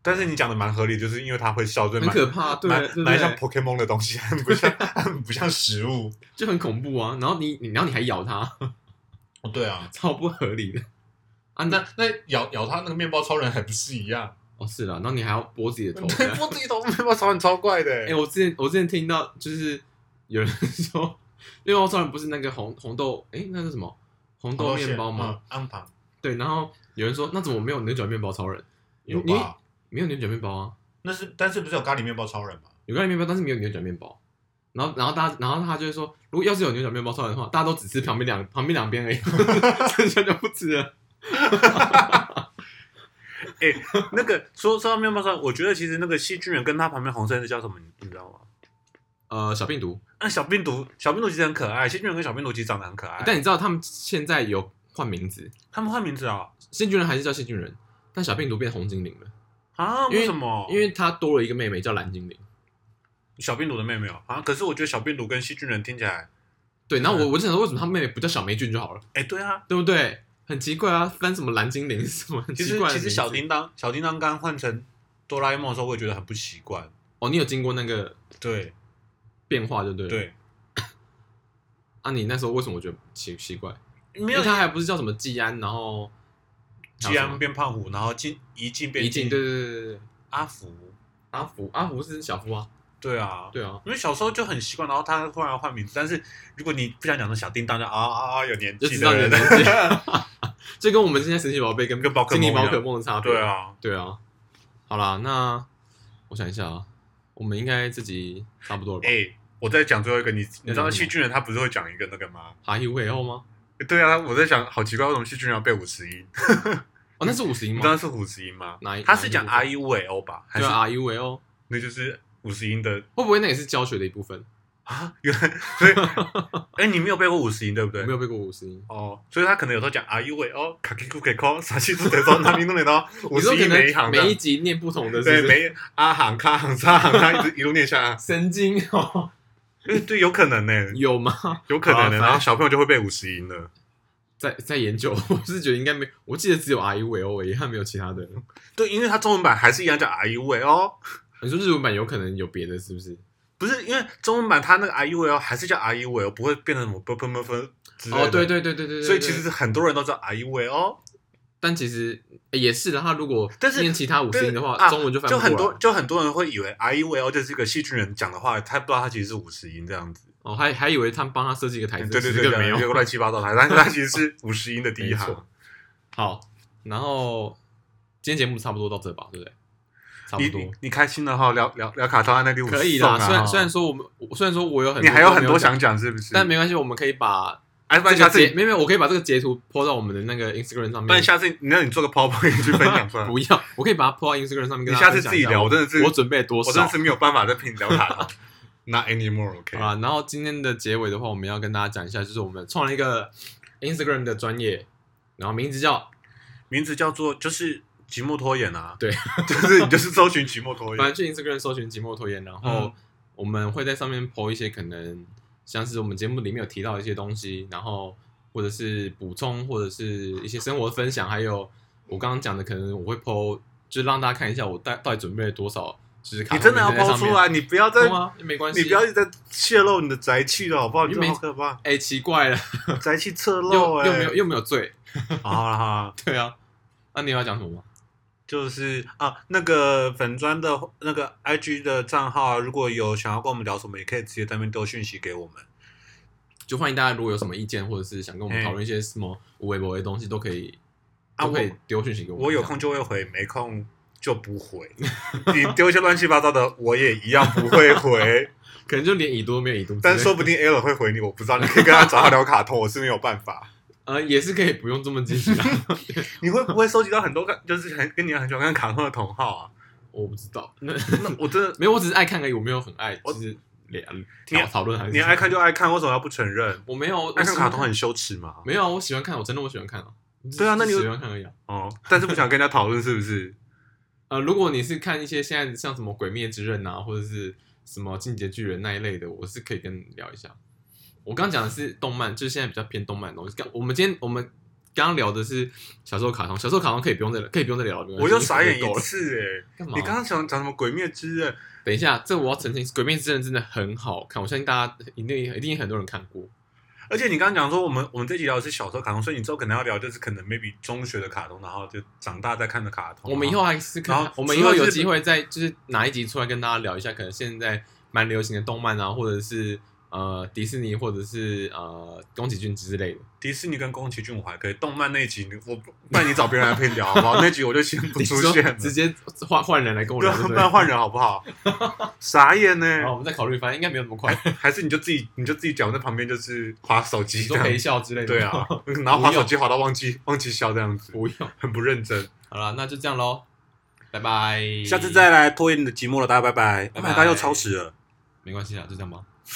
Speaker 2: 但是你讲的蛮合理，就是因为他会笑，所
Speaker 1: 了，
Speaker 2: 以
Speaker 1: 很
Speaker 2: 蛮
Speaker 1: 可怕，对对
Speaker 2: 蛮蛮像
Speaker 1: 对，
Speaker 2: Pokemon 的东西，啊很不像 很不像食物。
Speaker 1: 就很恐怖啊。然后你你然后你还咬它，
Speaker 3: 哦，对啊，
Speaker 1: 超不合理的啊！那
Speaker 3: 那那咬咬他那个面包超人还不是一样？
Speaker 1: 哦是了，然后你还要剥自己的头。
Speaker 2: 对，我自己头面包超很超怪的、
Speaker 1: 哎、我之前我之前听到就是有人说，因为我超人不是那个红红豆，哎、那是什么
Speaker 2: 欸
Speaker 1: 红豆面包
Speaker 2: 嗯
Speaker 1: 吗？？
Speaker 3: 嗯安糖
Speaker 1: 对，然后有人说那怎么没有牛角面包超人？
Speaker 3: 有
Speaker 1: 你
Speaker 3: 吧？
Speaker 1: 没有牛角面包啊？
Speaker 3: 那是但是不是有咖喱面包超人吗？
Speaker 1: 有咖喱面包，但是没有牛角面包。然后，然后大家，然后他就会说，如果要是有牛角面包超人的话，大家都只吃旁边两旁边两边而已， 剩下就不吃了。
Speaker 2: 哎、 那个说说到面包超人，我觉得其实那个细菌人跟他旁边红色的叫什么，你你知道吗？
Speaker 1: 呃，小病毒。
Speaker 2: 那小病毒，小病毒其实很可爱，细菌人跟小病毒其实长得很可爱。
Speaker 1: 但你知道他们现在有换名字，
Speaker 2: 他们换名字啊
Speaker 1: 细菌人还是叫细菌人，但小病毒变红精灵了，
Speaker 2: 啊？
Speaker 1: 因为
Speaker 2: 为什么？
Speaker 1: 因为他多了一个妹妹叫蓝精灵。
Speaker 2: 小病毒的妹妹哦啊。可是我觉得小病毒跟细菌人听起来，
Speaker 1: 对，然后
Speaker 2: 嗯
Speaker 1: 我我就想说，为什么他妹妹不叫小霉菌就好了，
Speaker 2: 哎，对啊，
Speaker 1: 对不对？很奇怪啊，翻什么蓝精灵是什么很
Speaker 2: 其
Speaker 1: 奇
Speaker 2: 实
Speaker 1: 怪的
Speaker 2: 其实
Speaker 1: 名字
Speaker 2: 小叮当小叮当刚换成哆啦 A 梦的时候，我也觉得很不习惯。
Speaker 1: 哦，你有经过那个
Speaker 2: 对
Speaker 1: 变化，对不对？。
Speaker 2: 对，
Speaker 1: 啊，你那时候为什么我觉得奇奇怪？
Speaker 2: 没
Speaker 1: 因
Speaker 2: 有
Speaker 1: 为他还不是叫什么季安，然后
Speaker 2: 季安变胖虎，然后进一进变
Speaker 1: 一进，对对对对对，
Speaker 2: 阿福，
Speaker 1: 阿福阿福是小夫啊，
Speaker 2: 对啊。
Speaker 1: 对啊，
Speaker 2: 因为小时候就很习惯，然后他忽然换名字，但是如果你不想讲成小叮当，就啊啊啊有年
Speaker 1: 就
Speaker 2: 纪
Speaker 1: 知
Speaker 2: 的
Speaker 1: 道你的
Speaker 2: 人，
Speaker 1: 年纪， 就跟我们现在神奇宝贝跟
Speaker 2: 跟宝可
Speaker 1: 精
Speaker 2: 梦
Speaker 1: 灵宝
Speaker 2: 一样
Speaker 1: 可梦的差别，
Speaker 2: 对，啊，
Speaker 1: 对啊，好啦，那我想一下啊，我们应该这集差不多了吧
Speaker 2: 哎、？我在讲最后一个，你你知
Speaker 1: 那
Speaker 2: 道
Speaker 1: 是什么
Speaker 2: 细菌人他不是会讲一个那个吗？
Speaker 1: 哈一会后吗？
Speaker 2: 对啊，我在想，好奇怪，为什么细菌人要背五十音？
Speaker 1: 哦，那是五十音
Speaker 2: 你
Speaker 1: 吗
Speaker 2: 知？道是五十音吗
Speaker 1: 哪一？
Speaker 2: 他是讲
Speaker 1: 哪
Speaker 2: R
Speaker 1: 一
Speaker 2: E U A O 吧？
Speaker 1: 嗯
Speaker 2: 还
Speaker 1: 对
Speaker 2: 是
Speaker 1: 啊，R U L 哦，
Speaker 2: 那就是五十音的
Speaker 1: 会不会那也是教学的一部分？
Speaker 2: 啊？原来 所以，哎，你没有背过五十音对不
Speaker 1: 我
Speaker 2: 对
Speaker 1: 没？有背过五十音，
Speaker 2: 哦，所以他可能有时候讲 R E U A O，卡基库给扣，啥西都得说，哪里都得到五
Speaker 1: 你说
Speaker 2: 十
Speaker 1: 可
Speaker 2: 音每
Speaker 1: 能
Speaker 2: 一行的
Speaker 1: 每一集念不同的，是
Speaker 2: 对
Speaker 1: 不是？
Speaker 2: 每一阿行卡行沙行，他一直一路念下来，
Speaker 1: 神经哦，
Speaker 2: 哎对，有可能呢，
Speaker 1: 有吗？
Speaker 2: 有可能
Speaker 1: 好
Speaker 2: 呢。
Speaker 1: 啊
Speaker 2: 然后小朋友就会背五十音了。
Speaker 1: 在在研究，我是觉得应该没，我记得只有 I 尾哦，我遗憾没有其他的。
Speaker 2: 对，因为它中文版还是一样叫 I U 哦，
Speaker 1: 你说日文版有可能有别的，是不是？
Speaker 2: 不是因为中文版它那个 I U 哦还是叫 I U 哦，不会变成什么啵啵啵啵之类的。
Speaker 1: 哦，对对对对对对。
Speaker 2: 所以
Speaker 1: 对
Speaker 2: 其实，很多人都知道 I U 哦，
Speaker 1: 但其实诶也是的，他如果
Speaker 2: 但是
Speaker 1: 念其他五
Speaker 2: 对
Speaker 1: 音的话，
Speaker 2: 啊
Speaker 1: 中文就翻
Speaker 2: 就
Speaker 1: 不
Speaker 2: 很
Speaker 1: 过
Speaker 2: 多
Speaker 1: 来。
Speaker 2: 就很多人会以为 I U 哦就是一个戏剧人讲的话，他不知道他其实是五十音这样子。
Speaker 1: 哦，还还以为他们帮他设计一哎个台词，
Speaker 2: 对对
Speaker 1: 其实
Speaker 2: 对，
Speaker 1: 根本没
Speaker 2: 一个
Speaker 1: 有。
Speaker 2: 乱七八糟的，但是 它其实是五十音的第一
Speaker 1: 没
Speaker 2: 行
Speaker 1: 错。好，然后今天节目差不多到这吧，对不对？差
Speaker 2: 你
Speaker 1: 不
Speaker 2: 你
Speaker 1: 多
Speaker 2: 你开心了哈，聊聊聊卡超案那第五
Speaker 1: 可以
Speaker 2: 送
Speaker 1: 啦。
Speaker 2: 啊
Speaker 1: 虽然
Speaker 2: 哈
Speaker 1: 虽然说我们，我虽然说我有很
Speaker 2: 你还有
Speaker 1: 都没
Speaker 2: 很多
Speaker 1: 讲
Speaker 2: 想，讲是不是？
Speaker 1: 但没关系，我们可以把
Speaker 2: 哎，不
Speaker 1: 这
Speaker 2: 然
Speaker 1: 个
Speaker 2: 下次
Speaker 1: 截，
Speaker 2: 你，
Speaker 1: 没有没有，我可以把这个截图 po 到我们的那个 Instagram 上面。
Speaker 2: 不然下次你那你做个 PowerPoint 去分享出来。
Speaker 1: 不要，我可以把它 po 到 Instagram 上面。
Speaker 2: 你
Speaker 1: 跟大
Speaker 2: 下
Speaker 1: 家分
Speaker 2: 次
Speaker 1: 享
Speaker 2: 自
Speaker 1: 一
Speaker 2: 己
Speaker 1: 下
Speaker 2: 聊，我
Speaker 1: 我
Speaker 2: 真的是，
Speaker 1: 我准备了多
Speaker 2: 我真
Speaker 1: 少
Speaker 2: 的是没有办法再陪你聊卡 超。
Speaker 3: Not anymore, OK？
Speaker 1: 啊？然后今天的结尾的话，我们要跟大家讲一下，就是我们创了一个 Instagram 的专业，然后名字叫，
Speaker 2: 名字叫做就是寂寞拖延啊，
Speaker 1: 对，
Speaker 2: 就是你就是搜寻寂寞拖
Speaker 1: 反正
Speaker 2: 延，
Speaker 1: 去 Instagram 搜寻“寂寞拖延”，然后
Speaker 2: 嗯
Speaker 1: 我们会在上面 po 一些可能像是我们节目里面有提到的一些东西，然后或者是补充，或者是一些生活分享，还有我刚刚讲的，可能我会 po，就是让大家看一下我带到底准备了多少，就是卡
Speaker 2: 你真的要
Speaker 1: 通名
Speaker 2: 抛
Speaker 1: 称在上
Speaker 2: 出
Speaker 1: 面
Speaker 2: 来，你不要再
Speaker 1: 好吗？没关系，
Speaker 2: 你不要一直在泄露你的宅气了，好不好？
Speaker 1: 你
Speaker 2: 你
Speaker 1: 没
Speaker 2: 好可 怕，
Speaker 1: 哎、奇怪了，
Speaker 2: 宅气侧漏
Speaker 1: 又
Speaker 2: 哎，
Speaker 1: 又没有又没有醉，
Speaker 2: 好了好了，
Speaker 1: 对啊，那你有要讲什么吗？
Speaker 2: 就是啊，那个粉砖的那个 IG 的账号啊，如果有想要跟我们聊什么，也可以直接在那边丢讯息给我们。
Speaker 1: 就欢迎大家如果有什么意见，或者是想跟我们
Speaker 2: 嗯
Speaker 1: 讨论一些什么无微不微的东西，都可以，
Speaker 2: 啊
Speaker 1: 都可以
Speaker 2: 我
Speaker 1: 丢讯息给们。
Speaker 2: 我有空就会回，没空就不回。你丢一些乱七八糟的，我也一样不会 回。
Speaker 1: 可能就连已读都没有已读之类的，
Speaker 2: 但说不定 L 会回你，我不知道。你可以跟他找他聊卡通，我是没有办法。
Speaker 1: 呃也是可以不用这么积极啊，
Speaker 2: 你会不会收集到很多看， 就是很跟你很喜欢看卡通的同好啊？
Speaker 1: 我不知道，那
Speaker 2: 那我真 的，
Speaker 1: 没有，我只是爱看而已，我没有很爱，
Speaker 2: 我
Speaker 1: 就是连
Speaker 2: 你
Speaker 1: 讨讨论还是
Speaker 2: 你爱看就爱看，为什么要不承认？
Speaker 1: 我没有我
Speaker 2: 爱看
Speaker 1: 喜欢
Speaker 2: 卡通很羞耻嘛？
Speaker 1: 没有啊，我喜欢看，我真的我喜欢看啊。
Speaker 2: 对啊那你
Speaker 1: 只是喜欢看而已啊。
Speaker 2: 哦，但是不想跟人家讨论，是不 是？
Speaker 1: 呃，如果你是看一些现在像什么《鬼灭之刃》啊，或者是什么《进击的巨人》那一类的，我是可以跟你聊一下。我刚讲的是动漫，就是现在比较偏动漫的东西。刚我们今天我们刚刚聊的是小时候卡通，小时候卡通可以不用再可以不用再聊了，没关系
Speaker 2: 我又傻眼
Speaker 1: 够
Speaker 2: 一
Speaker 1: 了。
Speaker 2: 次哎、
Speaker 1: 干嘛？
Speaker 2: 你刚刚想讲什么《鬼灭之刃》？
Speaker 1: 等一下，这我要澄清，《鬼灭之刃》真的很好看，我相信大家一定一定很多人看过。
Speaker 2: 而且你刚刚讲说我们我们这集聊的是小时候卡通，所以你之后可能要聊就是可能 maybe 中学的卡通，然后就长大再看的卡通。啊
Speaker 1: 我们以后还是可
Speaker 2: 然后
Speaker 1: 我们以后
Speaker 2: 除了
Speaker 1: 有
Speaker 2: 日
Speaker 1: 机会再就是哪一集出来跟大家聊一下，可能现在蛮流行的动漫啊，或者是呃迪士尼，或者是呃宫崎骏之类的。
Speaker 2: 迪士尼跟宫崎骏我还可以，动漫那一集你我不然你找别人来陪你聊好不好？那集我就先不
Speaker 1: 你
Speaker 2: 出
Speaker 1: 说
Speaker 2: 现了，
Speaker 1: 直接换换人来跟我
Speaker 2: 对
Speaker 1: 聊
Speaker 2: 啊，，
Speaker 1: 对
Speaker 2: 不
Speaker 1: 不
Speaker 2: 然
Speaker 1: 对？
Speaker 2: 换人好 不好？傻眼欸呢、
Speaker 1: 然后我们再考虑，反正应该没有那么快。
Speaker 2: 还是你就自己你就自己讲，我在旁边就是划手
Speaker 1: 你
Speaker 2: 机这
Speaker 1: 说陪
Speaker 2: 样。
Speaker 1: 笑之类的，
Speaker 2: 对啊， 然后划手机划到忘记忘记笑这样 子，
Speaker 1: 不用。
Speaker 2: 很不认真。
Speaker 1: 好了，那就这样喽，拜拜。
Speaker 2: 下次再来拖延你的寂寞了，大家拜拜。Oh
Speaker 1: 拜拜
Speaker 2: 拜拜，大家又超时了。
Speaker 1: 没关系啦，就这样吧。